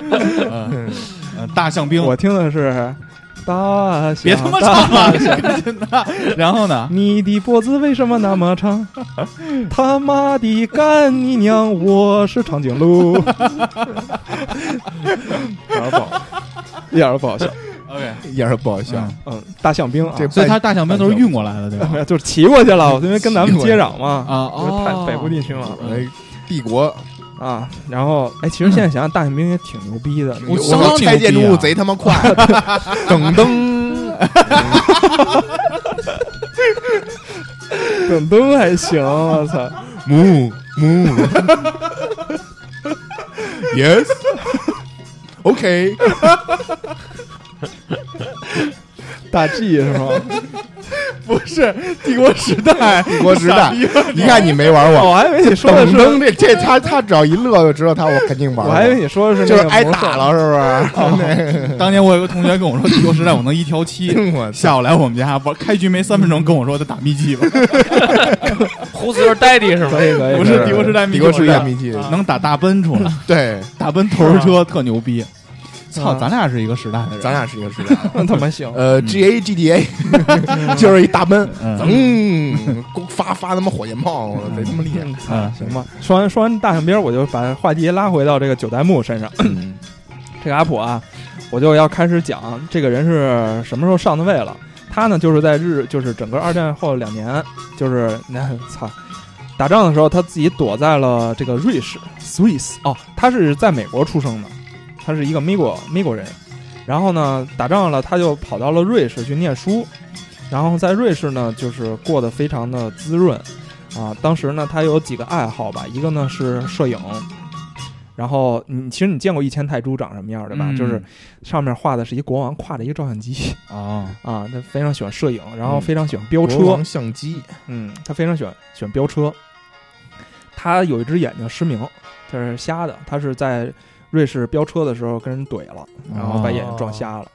[SPEAKER 3] 嗯嗯大象兵，
[SPEAKER 2] 我听的是大象，
[SPEAKER 3] 别他妈
[SPEAKER 2] 大
[SPEAKER 3] 唱了，真的。然后 呢？
[SPEAKER 2] 你的脖子为什么那么长？他妈的干你娘！我是长颈鹿，一点儿不好，一点儿都不好笑。
[SPEAKER 3] OK，
[SPEAKER 4] 一点儿不好笑。
[SPEAKER 2] 嗯，大象兵啊，哎
[SPEAKER 4] 这
[SPEAKER 3] 所以他大象兵都是运过来的， 对吧？
[SPEAKER 2] 就是骑过去了，因为跟咱们接壤嘛，
[SPEAKER 3] 啊，
[SPEAKER 2] 因为
[SPEAKER 3] 哦
[SPEAKER 2] 太北部地区嘛嗯
[SPEAKER 4] 哎，帝国
[SPEAKER 2] 啊。然后，哎，其实现在想想，大象兵也挺牛逼的。
[SPEAKER 3] 我
[SPEAKER 4] 我靠，拆建筑物贼他妈 快，噔噔，
[SPEAKER 2] 等灯还行，我操！
[SPEAKER 4] 木木 ，yes。OK，
[SPEAKER 2] 大 G 是吗？
[SPEAKER 3] 不是帝国时代，
[SPEAKER 4] 帝国时代，一看你没玩过。
[SPEAKER 2] 我还以为你说的
[SPEAKER 4] 噔
[SPEAKER 2] 是，
[SPEAKER 4] 噔，这这他他只要一乐就知道他我肯定玩
[SPEAKER 2] 我
[SPEAKER 4] 过。
[SPEAKER 2] 还以为你说的是那
[SPEAKER 4] 就是
[SPEAKER 2] 个
[SPEAKER 4] 挨
[SPEAKER 2] 魔兽
[SPEAKER 4] 打了，是 不
[SPEAKER 3] 当年我有个同学跟我说，帝国时代我能一条七。
[SPEAKER 4] 是？我操！
[SPEAKER 3] 下午来我们家玩，开局没三分钟，跟我说他打秘籍吧，
[SPEAKER 1] 胡子就是呆的是吗？
[SPEAKER 2] 可以可以，
[SPEAKER 3] 不
[SPEAKER 2] 可
[SPEAKER 3] 是
[SPEAKER 2] 以
[SPEAKER 3] 帝国时代秘籍，
[SPEAKER 4] 帝国时代秘籍，
[SPEAKER 3] 能打大奔出来，
[SPEAKER 4] 对，
[SPEAKER 3] 大奔头儿车特牛逼。操，
[SPEAKER 2] 啊
[SPEAKER 3] 咱俩是一个时代的人，
[SPEAKER 4] 咱俩是一个时代的。
[SPEAKER 2] 那他妈行。
[SPEAKER 4] 呃，G A G D A 就是一大奔，
[SPEAKER 3] 嗯
[SPEAKER 4] 嗯，发发他妈火箭炮，我贼他妈厉害。
[SPEAKER 2] 嗯
[SPEAKER 3] 嗯
[SPEAKER 2] 行吧，说完说完大象边，我就把话题拉回到这个九代目身上。 这个阿普啊，我就要开始讲这个人是什么时候上的位了。他呢，就是在日，就是整个二战后两年，就是那操，打仗的时候他自己躲在了这个瑞士 （Swiss） 哦，他是在美国出生的，他是一个美国美国人。然后呢，打仗了，他就跑到了瑞士去念书，然后在瑞士呢，就是过得非常的滋润。啊，当时呢，他有几个爱好吧，一个呢是摄影，然后你其实你见过一千泰铢长什么样儿对吧？
[SPEAKER 3] 嗯
[SPEAKER 2] 就是上面画的是一国王挎着一个照相机
[SPEAKER 3] 哦，
[SPEAKER 2] 啊，他非常喜欢摄影，然后
[SPEAKER 4] 嗯
[SPEAKER 2] 非常喜欢飙
[SPEAKER 4] 国
[SPEAKER 2] 车
[SPEAKER 4] 王，相机，
[SPEAKER 2] 嗯，他非常喜欢喜欢飙车。他有一只眼睛失明，他是瞎的，他是在瑞士飙车的时候跟人怼了，然后把眼睛撞瞎了。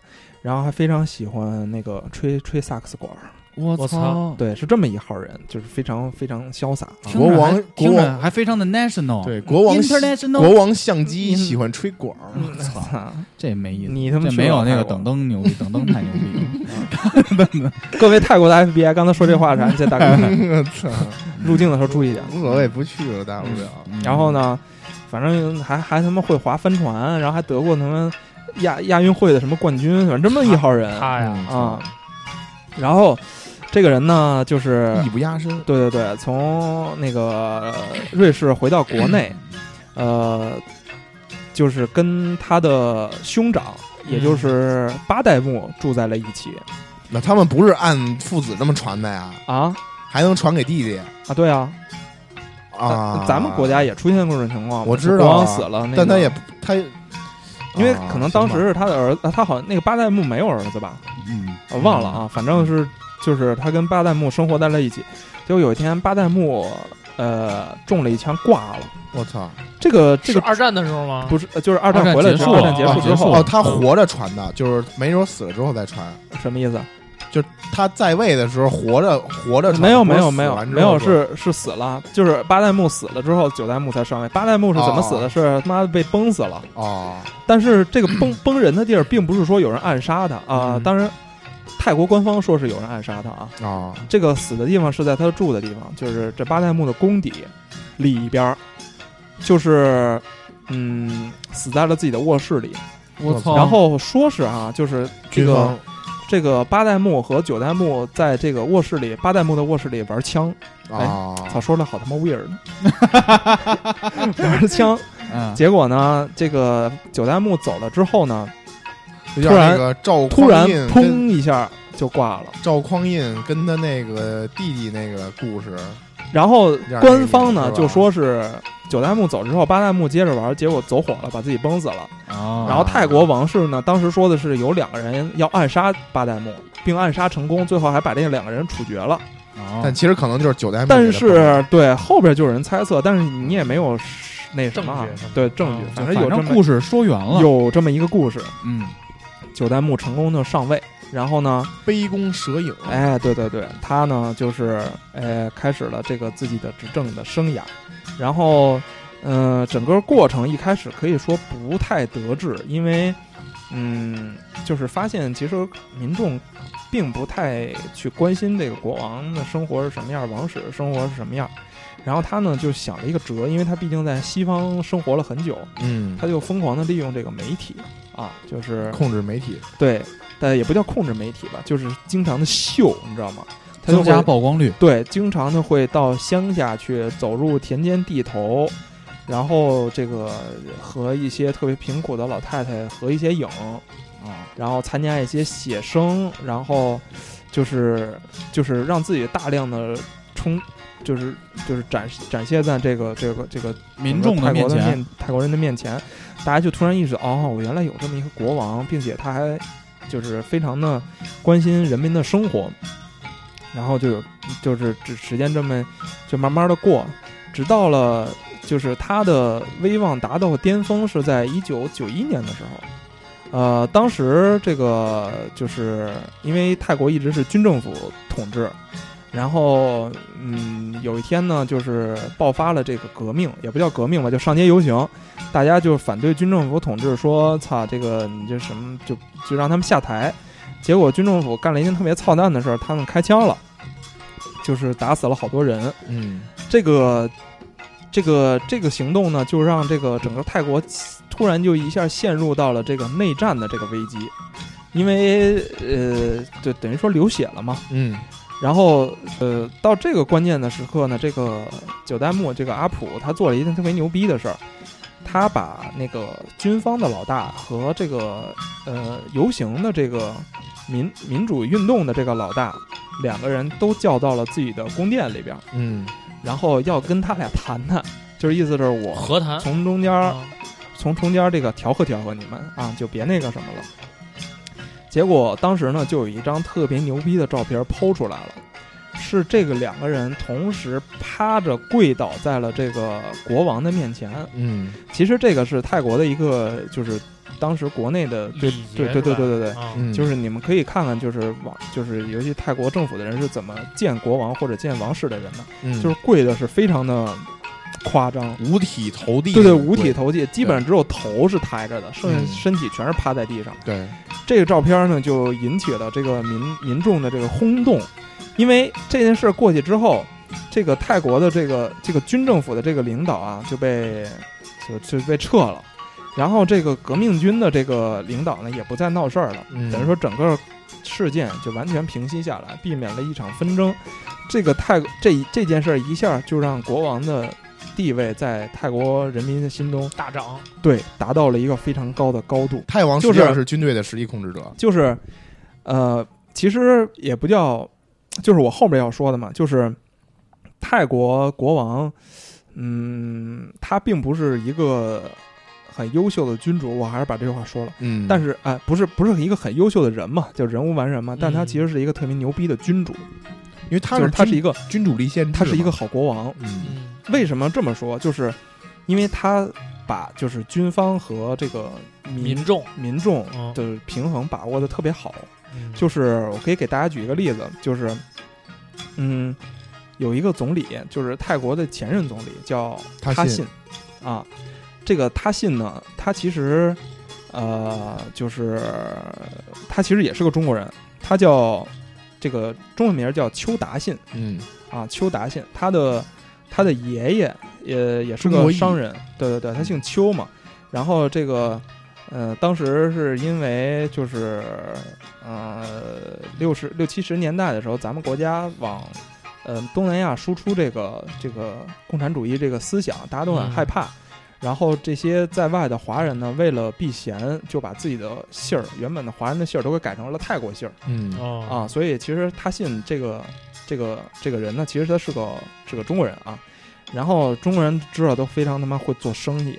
[SPEAKER 2] 然后还非常喜欢那个吹吹萨克斯管儿，
[SPEAKER 3] 我
[SPEAKER 1] 我操，
[SPEAKER 2] 对，是这么一号人，就是非常非常潇洒。啊。
[SPEAKER 3] 听着
[SPEAKER 4] 国王
[SPEAKER 3] 还听着还非常的 national，
[SPEAKER 4] 对，国王
[SPEAKER 3] international，
[SPEAKER 4] 国王相机
[SPEAKER 2] 嗯
[SPEAKER 4] 喜欢吹管儿，
[SPEAKER 2] 我操！
[SPEAKER 3] 这没意思，
[SPEAKER 2] 你他啊妈
[SPEAKER 3] 这
[SPEAKER 2] 去
[SPEAKER 3] 没有
[SPEAKER 2] 过
[SPEAKER 3] 那个
[SPEAKER 2] 泰国
[SPEAKER 3] 等灯牛逼，等灯太牛逼了。
[SPEAKER 2] 各位泰国的 FBI，刚才说这话是 MC 大 哥，
[SPEAKER 4] 我操，嗯
[SPEAKER 2] 入境的时候注意点。
[SPEAKER 4] 无所谓，不去了，大不了。
[SPEAKER 2] 然后？呢，反正还还他妈会划帆船，然后还得过他妈亚亚运会的什么冠军，反正这么一号人
[SPEAKER 3] 嗯
[SPEAKER 1] 他呀，
[SPEAKER 2] 啊。然后这个人呢，就是
[SPEAKER 4] 嗯艺不压身，
[SPEAKER 2] 对对对，从那个瑞士回到国内，呃，就是跟他的兄长，也就是八代目住在了一起
[SPEAKER 4] 那他们不是按父子这么传的呀？
[SPEAKER 2] 啊
[SPEAKER 4] 还能传给弟弟
[SPEAKER 2] 啊，对啊，
[SPEAKER 4] 啊？
[SPEAKER 2] 咱们国，家也出现过这种情况，
[SPEAKER 4] 我知道啊
[SPEAKER 2] 国王死了，那个
[SPEAKER 4] 但他也不他，
[SPEAKER 2] 因为
[SPEAKER 4] 啊
[SPEAKER 2] 可能当时
[SPEAKER 4] 行吧
[SPEAKER 2] 是他的儿子，他好像那个八代目没有儿子吧，
[SPEAKER 3] 嗯，
[SPEAKER 2] 我忘了啊，反正是就是他跟八代目生活在了一起，结果有一天八代目呃中了一枪挂了，
[SPEAKER 4] 我操，
[SPEAKER 2] 这个 这
[SPEAKER 1] 是
[SPEAKER 2] 个
[SPEAKER 1] 二战的时候吗？
[SPEAKER 2] 不是呃就是二
[SPEAKER 3] 二
[SPEAKER 2] 战
[SPEAKER 3] 战
[SPEAKER 2] 回来
[SPEAKER 3] 结
[SPEAKER 2] 之
[SPEAKER 3] 束
[SPEAKER 2] 后，二战结
[SPEAKER 1] 了
[SPEAKER 2] 束之
[SPEAKER 3] 二
[SPEAKER 2] 后
[SPEAKER 4] 哦，他活着传的，就是没准死了之后再传。
[SPEAKER 2] 什么意思？啊
[SPEAKER 4] 就是他在位的时候活着活着传，
[SPEAKER 2] 没有
[SPEAKER 4] 不
[SPEAKER 2] 没
[SPEAKER 4] 是
[SPEAKER 2] 有
[SPEAKER 4] 死
[SPEAKER 2] 没有
[SPEAKER 4] 完之
[SPEAKER 2] 没有
[SPEAKER 4] 后说
[SPEAKER 2] 是是死了，啊就是八代目死了之后九代目才上位，八代目是怎么死的？
[SPEAKER 4] 哦
[SPEAKER 2] 是他妈被崩死了。
[SPEAKER 4] 哦，
[SPEAKER 2] 但是这个崩 崩人的地儿，并不是说有人暗杀他啊、
[SPEAKER 1] 嗯
[SPEAKER 2] 当然，泰国官方说是有人暗杀他啊。
[SPEAKER 4] 哦，
[SPEAKER 2] 这个死的地方是在他住的地方，就是这八代目的宫邸里边儿，就是嗯，死在了自己的卧室里。
[SPEAKER 3] 嗯我操，
[SPEAKER 2] 然后说是啊，就是这个这个八代目和九代目在这个卧室里，八代目的卧室里玩枪。
[SPEAKER 4] 啊，
[SPEAKER 2] 哎操，说的好他妈 weird，玩枪。
[SPEAKER 3] 嗯，
[SPEAKER 2] 结果呢，这个九代目走了之后呢，
[SPEAKER 4] 就像
[SPEAKER 2] 突然
[SPEAKER 4] 那个赵
[SPEAKER 2] 突然
[SPEAKER 4] 匡胤跟
[SPEAKER 2] 砰一下就挂了。
[SPEAKER 4] 赵匡胤跟他那个弟弟那个故事，
[SPEAKER 2] 哦然后官方
[SPEAKER 4] 有点那
[SPEAKER 2] 呢
[SPEAKER 4] 个
[SPEAKER 2] 就说是九代目走之后，八代目接着玩，结果走火了，把自己崩死了。然
[SPEAKER 3] 然
[SPEAKER 2] 后泰国王室呢，当时说的是有两个人要暗杀八代目，并暗杀成功，最后还把这两个人处决了。
[SPEAKER 3] 哦
[SPEAKER 4] 但其实可能就是九代目
[SPEAKER 2] 但
[SPEAKER 4] 给他崩了
[SPEAKER 2] 是对后边就有人猜测，但是你也没有那什么啊
[SPEAKER 1] 证据是吗
[SPEAKER 2] 对证据
[SPEAKER 1] 啊，
[SPEAKER 2] 反正
[SPEAKER 3] 反
[SPEAKER 2] 有这
[SPEAKER 3] 正
[SPEAKER 2] 么
[SPEAKER 3] 故事说圆了，
[SPEAKER 2] 有这么一个故事，
[SPEAKER 3] 嗯，
[SPEAKER 2] 九代目成功的上位，然后呢，
[SPEAKER 4] 杯弓蛇影，
[SPEAKER 2] 哎，对对对，他呢就是呃开始了这个自己的执政的生涯，然后呃整个过程一开始可以说不太得志，因为嗯就是发现其实民众并不太去关心这个国王的生活是什么样，王室的生活是什么样。然后他呢就想了一个辙，因为他毕竟在西方生活了很久，
[SPEAKER 4] 嗯
[SPEAKER 2] 他就疯狂的利用这个媒体啊，就是
[SPEAKER 4] 控制媒体，
[SPEAKER 2] 对，但也不叫控制媒体吧，就是经常的秀，你知道吗？他就
[SPEAKER 3] 增加
[SPEAKER 2] 会
[SPEAKER 3] 曝光率。
[SPEAKER 2] 对，经常的会到乡下去，走入田间地头，然后这个和一些特别贫苦的老太太合一些影，
[SPEAKER 3] 啊，
[SPEAKER 2] 然后参加一些写生，然后就是就是让自己大量的冲，就是就是展示展现在这个这个这个
[SPEAKER 3] 民众
[SPEAKER 2] 泰
[SPEAKER 3] 的面
[SPEAKER 2] 国的
[SPEAKER 3] 前，
[SPEAKER 2] 面泰国人的面前，大家就突然意识到，哦，我原来有这么一个国王，并且他还就是非常的关心人民的生活，然后就有就是只时间这么就慢慢的过，直到了就是他的威望达到巅峰是在一九九一年的时候。呃，当时这个就是因为泰国一直是军政府统治，然后嗯，有一天呢，就是爆发了这个革命，也不叫革命吧，就上街游行，大家就反对军政府统治，说操这个你这什么就就让他们下台。结果军政府干了一件特别操蛋的事儿，他们开枪了，就是打死了好多人。
[SPEAKER 4] 嗯，
[SPEAKER 2] 这个这个这个行动呢，就让这个整个泰国突然就一下陷入到了这个内战的这个危机，因为呃，就等于说流血了嘛。
[SPEAKER 4] 嗯，
[SPEAKER 2] 然后呃，到这个关键的时刻呢，这个九代目这个阿普他做了一件特别牛逼的事儿，他把那个军方的老大和这个呃游行的这个民民主运动的这个老大两个人都叫到了自己的宫殿里边儿，
[SPEAKER 4] 嗯，
[SPEAKER 2] 然后要跟他俩谈谈，就是意思就是我
[SPEAKER 1] 和谈
[SPEAKER 2] 从中间儿
[SPEAKER 1] 啊
[SPEAKER 2] 从中间这个调和调和你们啊，就别那个什么了。结果当时呢，就有一张特别牛逼的照片剖出来了，是这个两个人同时趴着跪倒在了这个国王的面前。
[SPEAKER 4] 嗯，
[SPEAKER 2] 其实这个是泰国的一个，就是当时国内的对
[SPEAKER 1] 礼
[SPEAKER 2] 对
[SPEAKER 1] 节
[SPEAKER 2] 对对
[SPEAKER 1] 是吧
[SPEAKER 2] 对对对，
[SPEAKER 1] 啊
[SPEAKER 4] 嗯
[SPEAKER 2] 就是你们可以看看，就是网，就是尤其泰国政府的人是怎么见国王或者见王室的人的，
[SPEAKER 4] 嗯
[SPEAKER 2] 就是跪的是非常的夸张。
[SPEAKER 4] 五体投地，
[SPEAKER 2] 对对，五体，投地，基本上只有头是抬着的，剩下
[SPEAKER 4] 嗯
[SPEAKER 2] 身体全是趴在地上。
[SPEAKER 4] 对，
[SPEAKER 2] 这个照片呢，就引起了这个民民众的这个轰动，因为这件事过去之后，这个泰国的这个这个军政府的这个领导啊，就被就就被撤了，然后这个革命军的这个领导呢，也不再闹事儿了。
[SPEAKER 4] 嗯
[SPEAKER 2] 等于说整个事件就完全平息下来，避免了一场纷争。这个泰这这件事儿一下就让国王的地位在泰国人民的心中
[SPEAKER 1] 大涨，
[SPEAKER 2] 对达到了一个非常高的高度。
[SPEAKER 4] 泰王实
[SPEAKER 2] 就是
[SPEAKER 4] 际上是军队的实力控制者，
[SPEAKER 2] 就是，呃，其实也不叫，就是我后面要说的嘛，就是泰国国王，嗯，他并不是一个很优秀的君主，我还是把这句话说了。
[SPEAKER 4] 嗯，
[SPEAKER 2] 但
[SPEAKER 4] 是
[SPEAKER 2] 是哎、不是不是一个很优秀的人嘛，就人无完人嘛，但他
[SPEAKER 1] 嗯
[SPEAKER 2] 其实是一个特别牛逼的君主，
[SPEAKER 4] 因为他
[SPEAKER 2] 就是是他是
[SPEAKER 4] 军
[SPEAKER 2] 一个
[SPEAKER 4] 君主立宪制嘛，
[SPEAKER 2] 他是一个好国王。
[SPEAKER 4] 嗯，
[SPEAKER 1] 嗯，
[SPEAKER 2] 为什么这么说？就是因为他把就是军方和这个民
[SPEAKER 1] 民众
[SPEAKER 2] 民众
[SPEAKER 4] 哦
[SPEAKER 1] 嗯
[SPEAKER 2] 的平衡把握的特别好。
[SPEAKER 1] 嗯
[SPEAKER 2] 就是我可以给大家举一个例子，就是嗯，有一个总理，就是泰国的前任总理叫
[SPEAKER 4] 他
[SPEAKER 2] 他
[SPEAKER 4] 信
[SPEAKER 2] 信啊，这个他信呢，他其实呃，就是他其实也是个中国人，他叫这个中文名叫邱达信
[SPEAKER 4] 嗯，
[SPEAKER 2] 啊，邱达信，他的他的爷爷也也是
[SPEAKER 4] 中国
[SPEAKER 2] 个
[SPEAKER 4] 裔
[SPEAKER 2] 商人，对对对，他姓邱嘛，然后这个。呃，当时是因为就是，呃，六十六七十年代的时候，咱们国家往，呃，东南亚输出这个这个共产主义这个思想，大家都很
[SPEAKER 1] 嗯
[SPEAKER 2] 害怕。然后这些在外的华人呢，为了避嫌，就把自己的姓儿原本的华人的姓儿都给改成了泰国姓儿
[SPEAKER 4] 嗯，
[SPEAKER 1] 哦
[SPEAKER 2] 啊。所以其实他信这个这个这个人呢，其实他是个是个中国人啊。然后中国人知道都非常他妈会做生意，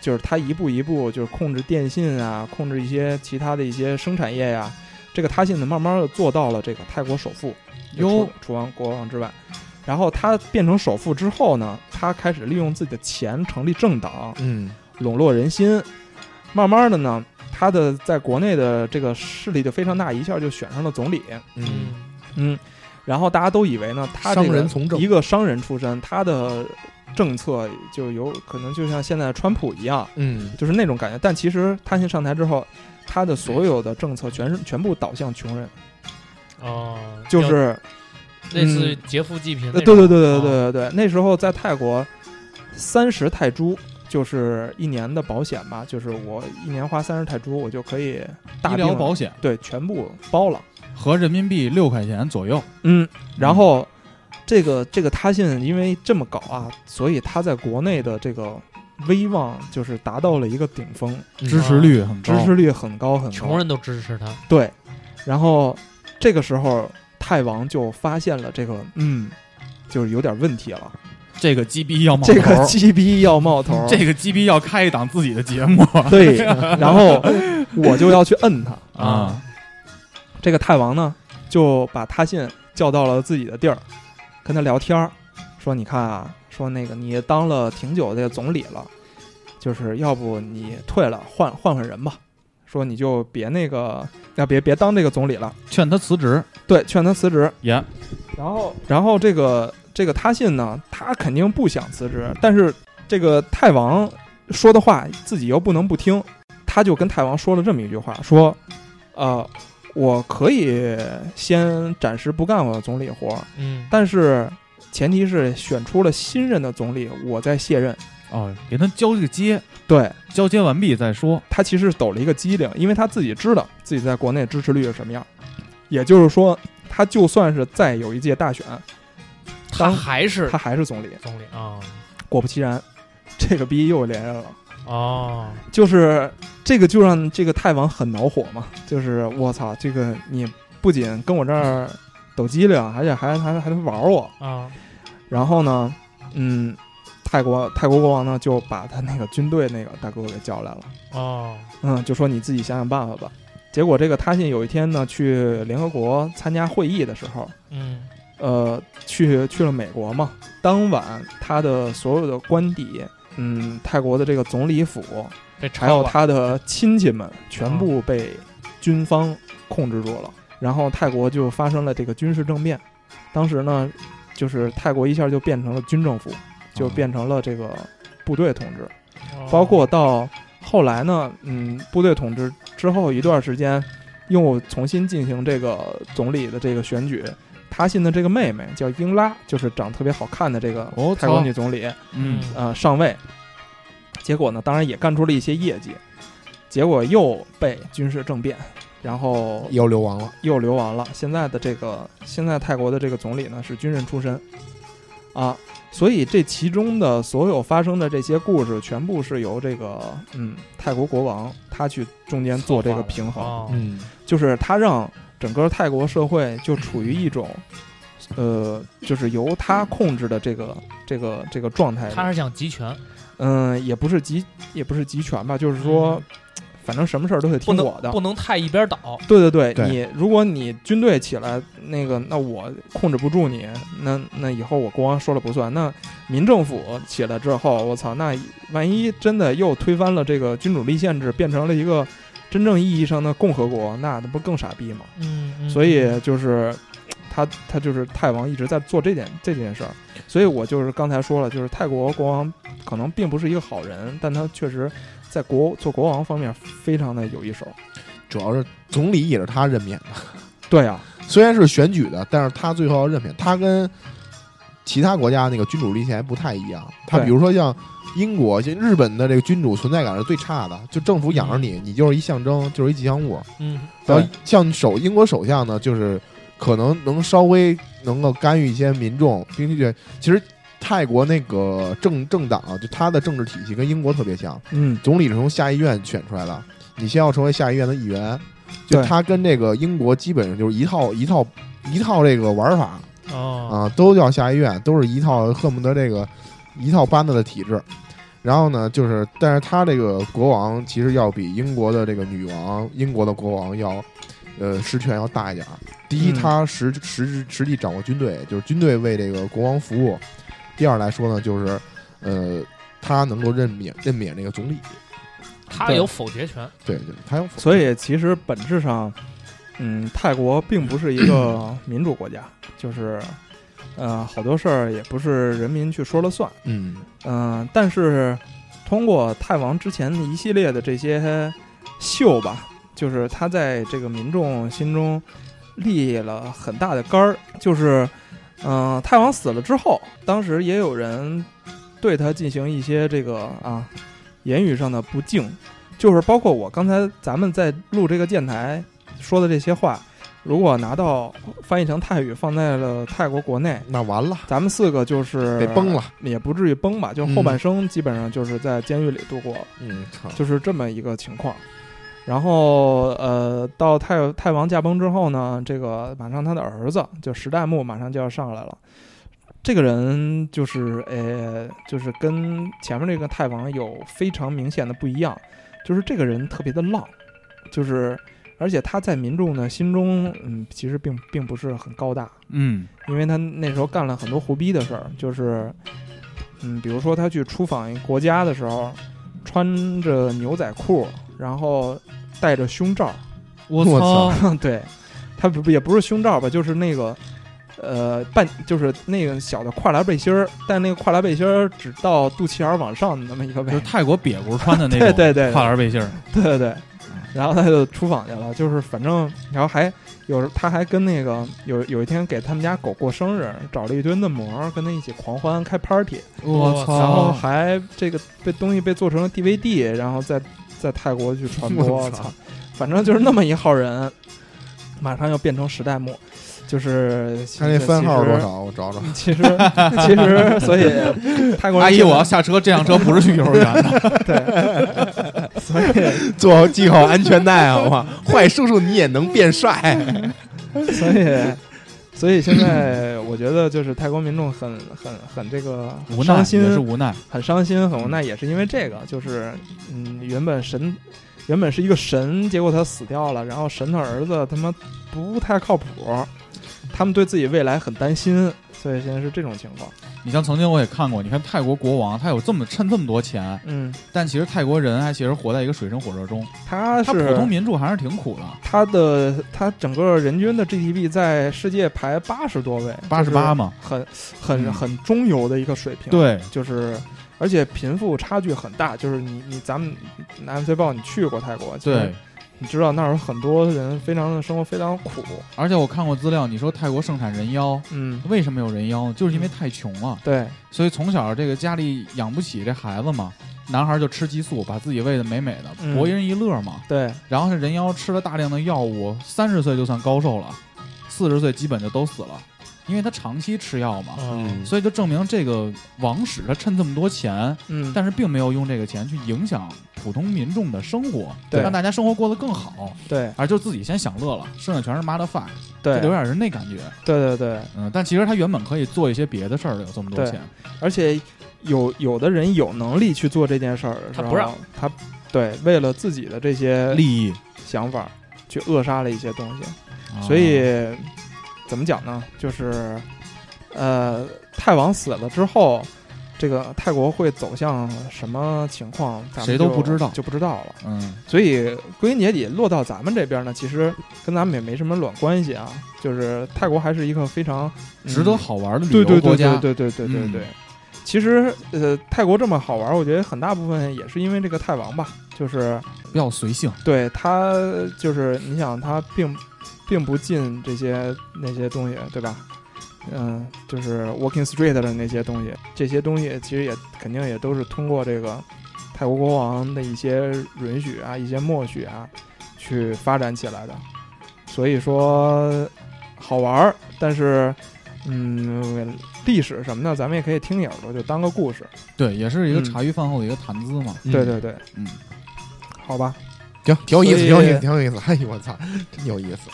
[SPEAKER 2] 就是他一步一步就是控制电信啊，控制一些其他的一些生产业呀、这个他信呢，慢慢的做到了这个泰国首富，就
[SPEAKER 3] 哟
[SPEAKER 2] 除除完国王之外，然后他变成首富之后呢，他开始利用自己的钱成立政党，
[SPEAKER 4] 嗯，
[SPEAKER 2] 笼络人心。慢慢的呢，他的在国内的这个势力就非常大，一下就选上了总理。
[SPEAKER 4] 嗯，
[SPEAKER 2] 嗯，然后大家都以为呢，他这个
[SPEAKER 4] 商人从政
[SPEAKER 2] 一个商人出身，他的政策就有可能就像现在川普一样，
[SPEAKER 4] 嗯
[SPEAKER 2] 就是那种感觉。但其实他先上台之后，他的所有的政策全是全部导向穷人，
[SPEAKER 1] 哦，
[SPEAKER 2] 就是嗯
[SPEAKER 1] 类似于劫富济贫那
[SPEAKER 2] 呃
[SPEAKER 1] 种。
[SPEAKER 2] 对对对对对
[SPEAKER 1] 啊
[SPEAKER 2] 对对，那时候在泰国，三十泰铢。就是一年的保险吧，就是我一年花三十泰铢，我就可以大
[SPEAKER 3] 医疗
[SPEAKER 2] 病
[SPEAKER 3] 保险
[SPEAKER 2] 对全部包了。
[SPEAKER 3] 合人民币六块钱左右，
[SPEAKER 2] 嗯，然后这个这个他信因为这么搞啊，所以他在国内的这个威望就是达到了一个顶峰，
[SPEAKER 3] 嗯支持率很高
[SPEAKER 2] 支。持率很高很
[SPEAKER 1] 穷
[SPEAKER 2] 高。
[SPEAKER 1] 嗯人都支持他。
[SPEAKER 2] 对，然后这个时候泰王就发现了这个，嗯，就是有点问题了，
[SPEAKER 3] 这个鸡逼要冒
[SPEAKER 2] 这
[SPEAKER 3] 头
[SPEAKER 2] 个
[SPEAKER 3] 儿
[SPEAKER 2] 鸡逼要冒头 儿。
[SPEAKER 3] 这个鸡逼要开一档自己的节目
[SPEAKER 2] 对，然后我就要去摁他。
[SPEAKER 3] 啊！
[SPEAKER 2] 这个泰王呢，就把他信叫到了自己的地儿，跟他聊天儿，说：“你看啊，说那个你当了挺久的总理了，就是要不你退了，换换换人吧。说你就别那个，要别别当这个总理了。
[SPEAKER 3] 劝他辞职
[SPEAKER 2] 对，劝他辞职。
[SPEAKER 3] 也
[SPEAKER 2] 然后，然后这个这个他信呢，他肯定不想辞职，但是这个泰王说的话自己又不能不听，他就跟泰王说了这么一句话，说，呃，我可以先暂时不干我的总理活儿，
[SPEAKER 1] 嗯，
[SPEAKER 2] 但是前提是选出了新任的总理，我再卸任。
[SPEAKER 3] 哦，给他交这个接，
[SPEAKER 2] 对
[SPEAKER 3] 交接完毕再说。
[SPEAKER 2] 他其实抖了一个机灵，因为他自己知道自己在国内支持率是什么样，也就是说，他就算是再有一届大选，
[SPEAKER 1] 他还是
[SPEAKER 2] 他还是总理。
[SPEAKER 1] 总理啊。
[SPEAKER 2] 果不其然，这个逼又连任了。
[SPEAKER 1] 哦，
[SPEAKER 2] 就是这个就让这个泰王很恼火嘛，就是我操，这个你不仅跟我这儿抖机灵，而且还还还玩我。
[SPEAKER 1] 啊，
[SPEAKER 2] 然后呢，嗯，泰国泰国国王呢就把他那个军队那个大哥给叫来了，
[SPEAKER 1] 哦，
[SPEAKER 2] 嗯，就说你自己想想办法吧。结果这个他信有一天呢去联合国参加会议的时候，
[SPEAKER 1] 嗯，
[SPEAKER 2] 呃，去去了美国嘛。当晚，他的所有的官邸，嗯，泰国的这个总理府，
[SPEAKER 1] 被
[SPEAKER 2] 还有
[SPEAKER 1] 抄了。
[SPEAKER 2] 他的亲戚们，全部被军方控制住了。然后泰国就发生了这个军事政变，当时呢，就是泰国一下就变成了军政府，就变成了这个部队统治。
[SPEAKER 1] 哦
[SPEAKER 2] 包括到后来呢，嗯，部队统治之后一段时间，又重新进行这个总理的这个选举。他信的这个妹妹叫英拉，就是长得特别好看的这个
[SPEAKER 3] 哦
[SPEAKER 2] 泰国
[SPEAKER 3] 操
[SPEAKER 2] 女总理，
[SPEAKER 3] 嗯，
[SPEAKER 2] 呃，上位。结果呢，当然也干出了一些业绩，结果又被军事政变，然后
[SPEAKER 4] 又嗯流亡了。
[SPEAKER 2] 又流亡了。现在的这个现在泰国的这个总理呢是军人出身，啊，所以这其中的所有发生的这些故事，全部是由这个嗯泰国国王他去中间做这个平衡，
[SPEAKER 1] 哦
[SPEAKER 4] 嗯，
[SPEAKER 2] 就是他让整个泰国社会就处于一种。呃，就是由他控制的这个、这个、这个状态里，
[SPEAKER 1] 他是想集权，
[SPEAKER 2] 嗯，也不是集，也不是集权吧，就是说，反正什么事儿都得
[SPEAKER 1] 嗯不
[SPEAKER 2] 听
[SPEAKER 1] 能
[SPEAKER 2] 我的
[SPEAKER 1] 不。能太一边倒。
[SPEAKER 2] 对对对，
[SPEAKER 4] 对
[SPEAKER 2] 你如果你军队起来，那个那我控制不住你，那那以后我国王说了不算。那民政府起来之后，我操，那万一真的又推翻了这个君主立宪制，变成了一个真正意义上的共和国，那那不更傻逼吗？
[SPEAKER 1] 嗯
[SPEAKER 2] 所以就是他他就是泰王一直在做这件这件事儿，所以我就是刚才说了，就是泰国国王可能并不是一个好人，但他确实在国做国王方面非常的有一手。
[SPEAKER 4] 主要是总理也是他任免的，
[SPEAKER 2] 对啊，
[SPEAKER 4] 虽然是选举的，但是他最后要任免。他跟其他国家那个君主立宪还不太一样。他
[SPEAKER 2] 对
[SPEAKER 4] 比如说像英国、像日本的这个君主存在感是最差的，就政府养着你，你就是一象征，就是一吉祥物。
[SPEAKER 1] 嗯
[SPEAKER 4] 然后像首英国首相呢，就是可能能稍微能够干预一些民众，并且其实泰国那个政政党、啊，就他的政治体系跟英国特别像，
[SPEAKER 2] 嗯，
[SPEAKER 4] 总理是从下议院选出来的，你先要成为下议院的议员，就
[SPEAKER 2] 对
[SPEAKER 4] 他跟这个英国基本上就是一套一套一套这个玩法
[SPEAKER 1] 哦
[SPEAKER 4] 啊，都叫下议院，都是一套恨不得这个一套班子的体制。然后呢，就是，但是他这个国王其实要比英国的这个女王、英国的国王要，呃，实权要大一点儿。第一，
[SPEAKER 2] 嗯
[SPEAKER 4] 他实实实际掌握军队，就是军队为这个国王服务；第二来说呢，就是，呃，他能够任免任免这个总理，
[SPEAKER 1] 他
[SPEAKER 2] 对
[SPEAKER 1] 有否决权。
[SPEAKER 4] 对对，他有否
[SPEAKER 2] 所以其实本质上，嗯，泰国并不是一个民主国家，就是，呃，好多事儿也不是人民去说了算。
[SPEAKER 4] 嗯
[SPEAKER 2] 嗯、但是通过泰王之前的一系列的这些秀吧，就是他在这个民众心中立了很大的杆儿。就是，嗯、泰王死了之后，当时也有人对他进行一些这个啊言语上的不敬，就是包括我刚才咱们在录这个电台说的这些话。如果拿到翻译成泰语放在了泰国国内，
[SPEAKER 4] 那完了，
[SPEAKER 2] 咱们四个就是
[SPEAKER 4] 得崩了。
[SPEAKER 2] 也不至于崩吧，就是后半生基本上就是在监狱里度过，
[SPEAKER 4] 嗯，操，
[SPEAKER 2] 就是这么一个情况。然后呃，到太太王驾崩之后呢，这个马上他的儿子就石代木马上就要上来了。这个人就是呃，就是跟前面这个太王有非常明显的不一样，就是这个人特别的浪，就是而且他在民众的心中，嗯，其实并并不是很高大，
[SPEAKER 3] 嗯
[SPEAKER 2] 因为他那时候干了很多胡逼的事儿，就是，嗯，比如说他去出访一国家的时候，穿着牛仔裤，然后戴着胸罩，
[SPEAKER 3] 我
[SPEAKER 4] 我
[SPEAKER 3] 操，
[SPEAKER 2] 对，他不也不是胸罩吧，就是那个，呃，半就是那个小的跨栏背心儿，但那个跨栏背心儿只到肚脐眼儿往上的那么一个
[SPEAKER 3] 就
[SPEAKER 2] 位
[SPEAKER 3] 是
[SPEAKER 2] 置，
[SPEAKER 3] 泰国瘪骨穿的那
[SPEAKER 2] 对
[SPEAKER 3] 种
[SPEAKER 2] 对对
[SPEAKER 3] 跨栏背心儿，
[SPEAKER 2] 对对对，然后他就出访去了，就是反正，然后还有他还跟那个有有一天给他们家狗过生日，找了一堆嫩模儿跟他一起狂欢开 party，
[SPEAKER 1] 我操
[SPEAKER 3] 哦
[SPEAKER 2] 然后还这个被东西被做成了 DVD，然后在在泰国去传播，
[SPEAKER 4] 我操
[SPEAKER 2] 操，反正就是那么一号人，马上要变成时代末，就是
[SPEAKER 4] 他那番号是
[SPEAKER 2] 其实
[SPEAKER 4] 多少？我找找。
[SPEAKER 2] 其实其实，所以泰国人
[SPEAKER 3] 阿姨，
[SPEAKER 2] 现在
[SPEAKER 3] 我要下车，这辆车不是去幼儿园的。
[SPEAKER 2] 对，所以
[SPEAKER 4] 做好系好安全带啊！哇，坏叔叔你也能变帅。
[SPEAKER 2] 所以，所以现在我觉得就是泰国民众很很很这个
[SPEAKER 3] 无奈
[SPEAKER 2] 伤
[SPEAKER 3] 也是
[SPEAKER 2] 心，
[SPEAKER 3] 无奈，
[SPEAKER 2] 很伤心，很无
[SPEAKER 3] 嗯
[SPEAKER 2] 奈，也是因为这个，就是嗯，原本神原本是一个神，结果他死掉了，然后神的儿子他妈不太靠谱，他们对自己未来很担心，所以现在是这种情况。
[SPEAKER 3] 你像曾经我也看过，你看泰国国王他有这么趁这么多钱，
[SPEAKER 2] 嗯，
[SPEAKER 3] 但其实泰国人还其实活在一个水深火热中，
[SPEAKER 2] 他
[SPEAKER 3] 他普通
[SPEAKER 2] 是。
[SPEAKER 3] 民众还是挺苦的。
[SPEAKER 2] 他的他整个人均的 GDP 在世界排八十多位，
[SPEAKER 3] 八十八，嘛，
[SPEAKER 2] 很很
[SPEAKER 3] 嗯
[SPEAKER 2] 很中游的一个水平。
[SPEAKER 3] 对，
[SPEAKER 2] 就是而且贫富差距很大，就是你你咱们南非报你去过泰国，其实
[SPEAKER 3] 对，
[SPEAKER 2] 你知道那儿有很多人非常的生活非常苦，
[SPEAKER 3] 而且我看过资料，你说泰国盛产人妖，
[SPEAKER 2] 嗯，
[SPEAKER 3] 为什么有人妖呢？就是因为太穷了，
[SPEAKER 2] 对，
[SPEAKER 3] 所以从小这个家里养不起这孩子嘛，男孩就吃激素，把自己喂得美美的，
[SPEAKER 2] 嗯
[SPEAKER 3] 博人一乐嘛。
[SPEAKER 2] 对，
[SPEAKER 3] 然后这人妖吃了大量的药物，三十岁就算高寿了，四十岁基本就都死了，因为他长期吃药嘛。
[SPEAKER 1] 嗯，
[SPEAKER 3] 所以就证明这个王室他趁这么多钱，
[SPEAKER 2] 嗯，
[SPEAKER 3] 但是并没有用这个钱去影响普通民众的生活，
[SPEAKER 2] 对
[SPEAKER 3] 让大家生活过得更好，
[SPEAKER 2] 对
[SPEAKER 3] 而就自己先享乐了，剩下全是妈的饭，
[SPEAKER 2] 对
[SPEAKER 3] 就有点是那感觉。
[SPEAKER 2] 对对对，
[SPEAKER 3] 嗯，但其实他原本可以做一些别的事儿的，有这么多
[SPEAKER 2] 对
[SPEAKER 3] 钱，
[SPEAKER 2] 而且有有的人有能力去做这件事儿的时
[SPEAKER 1] 他
[SPEAKER 2] 候，
[SPEAKER 1] 不让
[SPEAKER 2] 他对为了自己的这些
[SPEAKER 3] 利益，
[SPEAKER 2] 想法去扼杀了一些东西，
[SPEAKER 3] 啊
[SPEAKER 2] 所以怎么讲呢？就是呃，泰王死了之后，这个泰国会走向什么情况，咱们
[SPEAKER 3] 谁都
[SPEAKER 2] 就
[SPEAKER 3] 不知道
[SPEAKER 2] 就不知道了。
[SPEAKER 3] 嗯，
[SPEAKER 2] 所以归根结底落到咱们这边呢，其实跟咱们也没什么卵关系啊。就是泰国还是一个非常、嗯
[SPEAKER 3] 值得好玩的旅
[SPEAKER 2] 对对
[SPEAKER 3] 游
[SPEAKER 2] 对
[SPEAKER 3] 国家，
[SPEAKER 2] 对对对对对
[SPEAKER 3] 嗯
[SPEAKER 2] 对。其实，呃，泰国这么好玩，我觉得很大部分也是因为这个泰王吧，就是
[SPEAKER 3] 比较随性，
[SPEAKER 2] 对他就是你想他并并不进这些那些东西，对吧？嗯，就是 Walking Street 的那些东西，这些东西其实也肯定也都是通过这个泰国国王的一些允许啊、一些默许啊，去发展起来的。所以说好玩儿，但是嗯，历史什么的，咱们也可以听一耳朵，就当个故事。
[SPEAKER 3] 对，也是一个
[SPEAKER 2] 嗯
[SPEAKER 3] 茶余饭后的一个谈资嘛。
[SPEAKER 2] 对对对，
[SPEAKER 3] 嗯，
[SPEAKER 2] 好吧，
[SPEAKER 4] 行，挺有意思，
[SPEAKER 2] 所以
[SPEAKER 4] 挺有意思，挺有意思。哎呦我操，真有意思！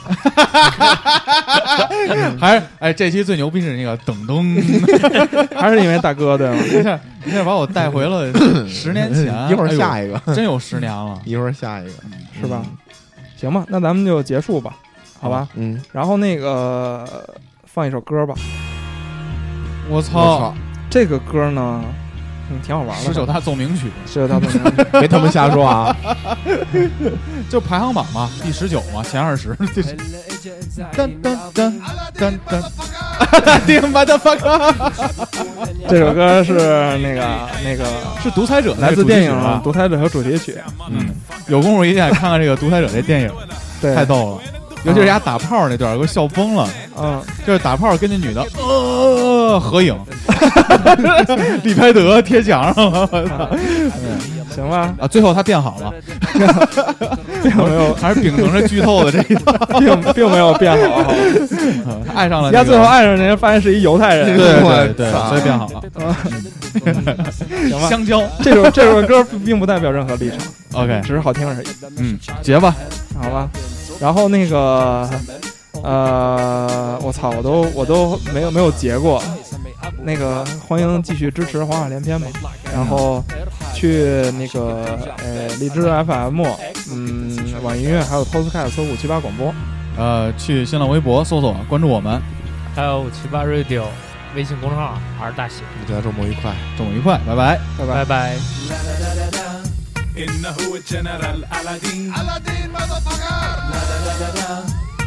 [SPEAKER 3] 还是哎，这期最牛逼是那个噔噔，
[SPEAKER 2] 还是因为大哥对吗？
[SPEAKER 3] 一下一下把我带回了十年前，
[SPEAKER 4] 一会儿
[SPEAKER 3] 哎呦
[SPEAKER 4] 下一个，
[SPEAKER 3] 真有十年了，
[SPEAKER 4] 一会儿下一个，
[SPEAKER 2] 嗯是吧？行吧，那咱们就结束吧，好吧？
[SPEAKER 4] 嗯，
[SPEAKER 2] 然后那个呃放一首歌吧，
[SPEAKER 3] 我
[SPEAKER 4] 我
[SPEAKER 3] 操，
[SPEAKER 4] 操，
[SPEAKER 2] 这个歌呢，嗯挺好玩
[SPEAKER 3] 《
[SPEAKER 2] 的。
[SPEAKER 3] 十九大奏鸣曲
[SPEAKER 2] 十九大纵深，
[SPEAKER 4] 别他妈瞎说啊！》
[SPEAKER 3] 就排行榜嘛，第十九嘛，前二十。 噔噔噔噔噔， 丁巴的 fuck，
[SPEAKER 2] 这首歌是那个那个
[SPEAKER 3] 是独裁者
[SPEAKER 2] 来自电影《
[SPEAKER 3] 啊。
[SPEAKER 2] 独裁者》和主题曲。
[SPEAKER 3] 嗯，有功夫一定得看看这个《独裁者》这电影，
[SPEAKER 2] 对，
[SPEAKER 3] 太逗了。尤其是人家打炮那段，给我笑崩了。
[SPEAKER 2] 嗯，
[SPEAKER 3] 就是打炮跟那女的呃合影， 李拍德贴墙上了我操
[SPEAKER 2] 行吧，
[SPEAKER 3] 啊！最后他变好 了，
[SPEAKER 2] 并没有，
[SPEAKER 3] 还是秉承着剧透的这 一套，
[SPEAKER 2] 并并没有变好。
[SPEAKER 3] 他爱上了那
[SPEAKER 2] 人家
[SPEAKER 3] 个、
[SPEAKER 2] 最后爱上人家，发现是一犹太
[SPEAKER 3] 对
[SPEAKER 2] 人。
[SPEAKER 3] 对
[SPEAKER 4] 我
[SPEAKER 3] 对，
[SPEAKER 4] 操
[SPEAKER 3] 所以变好了。
[SPEAKER 2] 行吧，
[SPEAKER 3] 香蕉
[SPEAKER 2] 这首这首歌并不代表任何立场，
[SPEAKER 3] ，OK，
[SPEAKER 2] 只是好听而已，
[SPEAKER 3] 嗯，结吧，
[SPEAKER 2] 好吧。然后那个，呃，我操，我都我都没有没有结过。那个，欢迎继续支持黄海连篇吧。然后去那个呃荔枝 FM，嗯，网易音乐还有 Podcast 搜五七八广播。
[SPEAKER 3] 呃，去新浪微博搜索关注我们，
[SPEAKER 1] 还有五七八 radio 微信公众号 R 大写，
[SPEAKER 4] 大家周末愉快。
[SPEAKER 3] 中午愉快，拜拜。
[SPEAKER 2] 拜
[SPEAKER 1] 拜。
[SPEAKER 2] 拜
[SPEAKER 1] 拜。
[SPEAKER 7] إنه الجنرال ألادين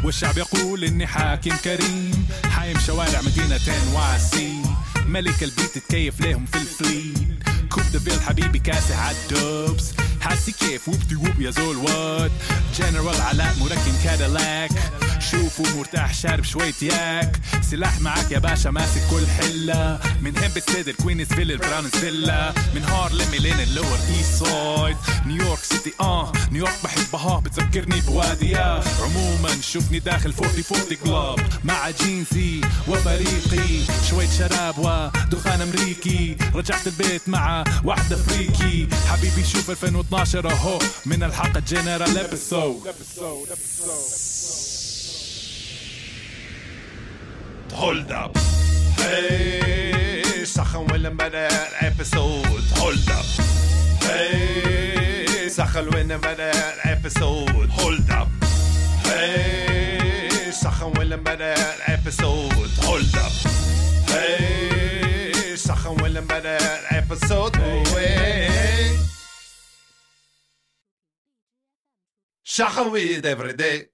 [SPEAKER 7] والشعب يقول إني حاكم كريم حايم شوارع مدينتين وعسين ملك البيت تكيف ليهم في الفليل كوب دافيل حبيبي كاسح عالدوبس حاسي كيف وبتي وب يا زول وات جنرال علاء مركب كاديلاك شوفه مرتاح شارب شوية ياك سلاح معاك يا باشا ماسك كل حلة من هيمبستيد الكوينز فيل البراونز فيلا من هارلم لين اللور ايست سايد نيويورك سيتي اه نيويورك بحبها بتذكرني بواديها عموما شوفني داخل 40 40 كلاب مع جينزي وفريقي شوية شراب ودخان امريكي رجعت البيت مع واحدة فريكي حبيبي شوف 2012 اهو من الحلقة جنرال ابيسود Hold up. Hey, Sachen will in better episode. Hold up. Hey, Sachen will in better episode. Hold up. Hey, Sachen will in better episode. Hold up. Hey, Sachen will in better episode. Hey. Sachen with every day.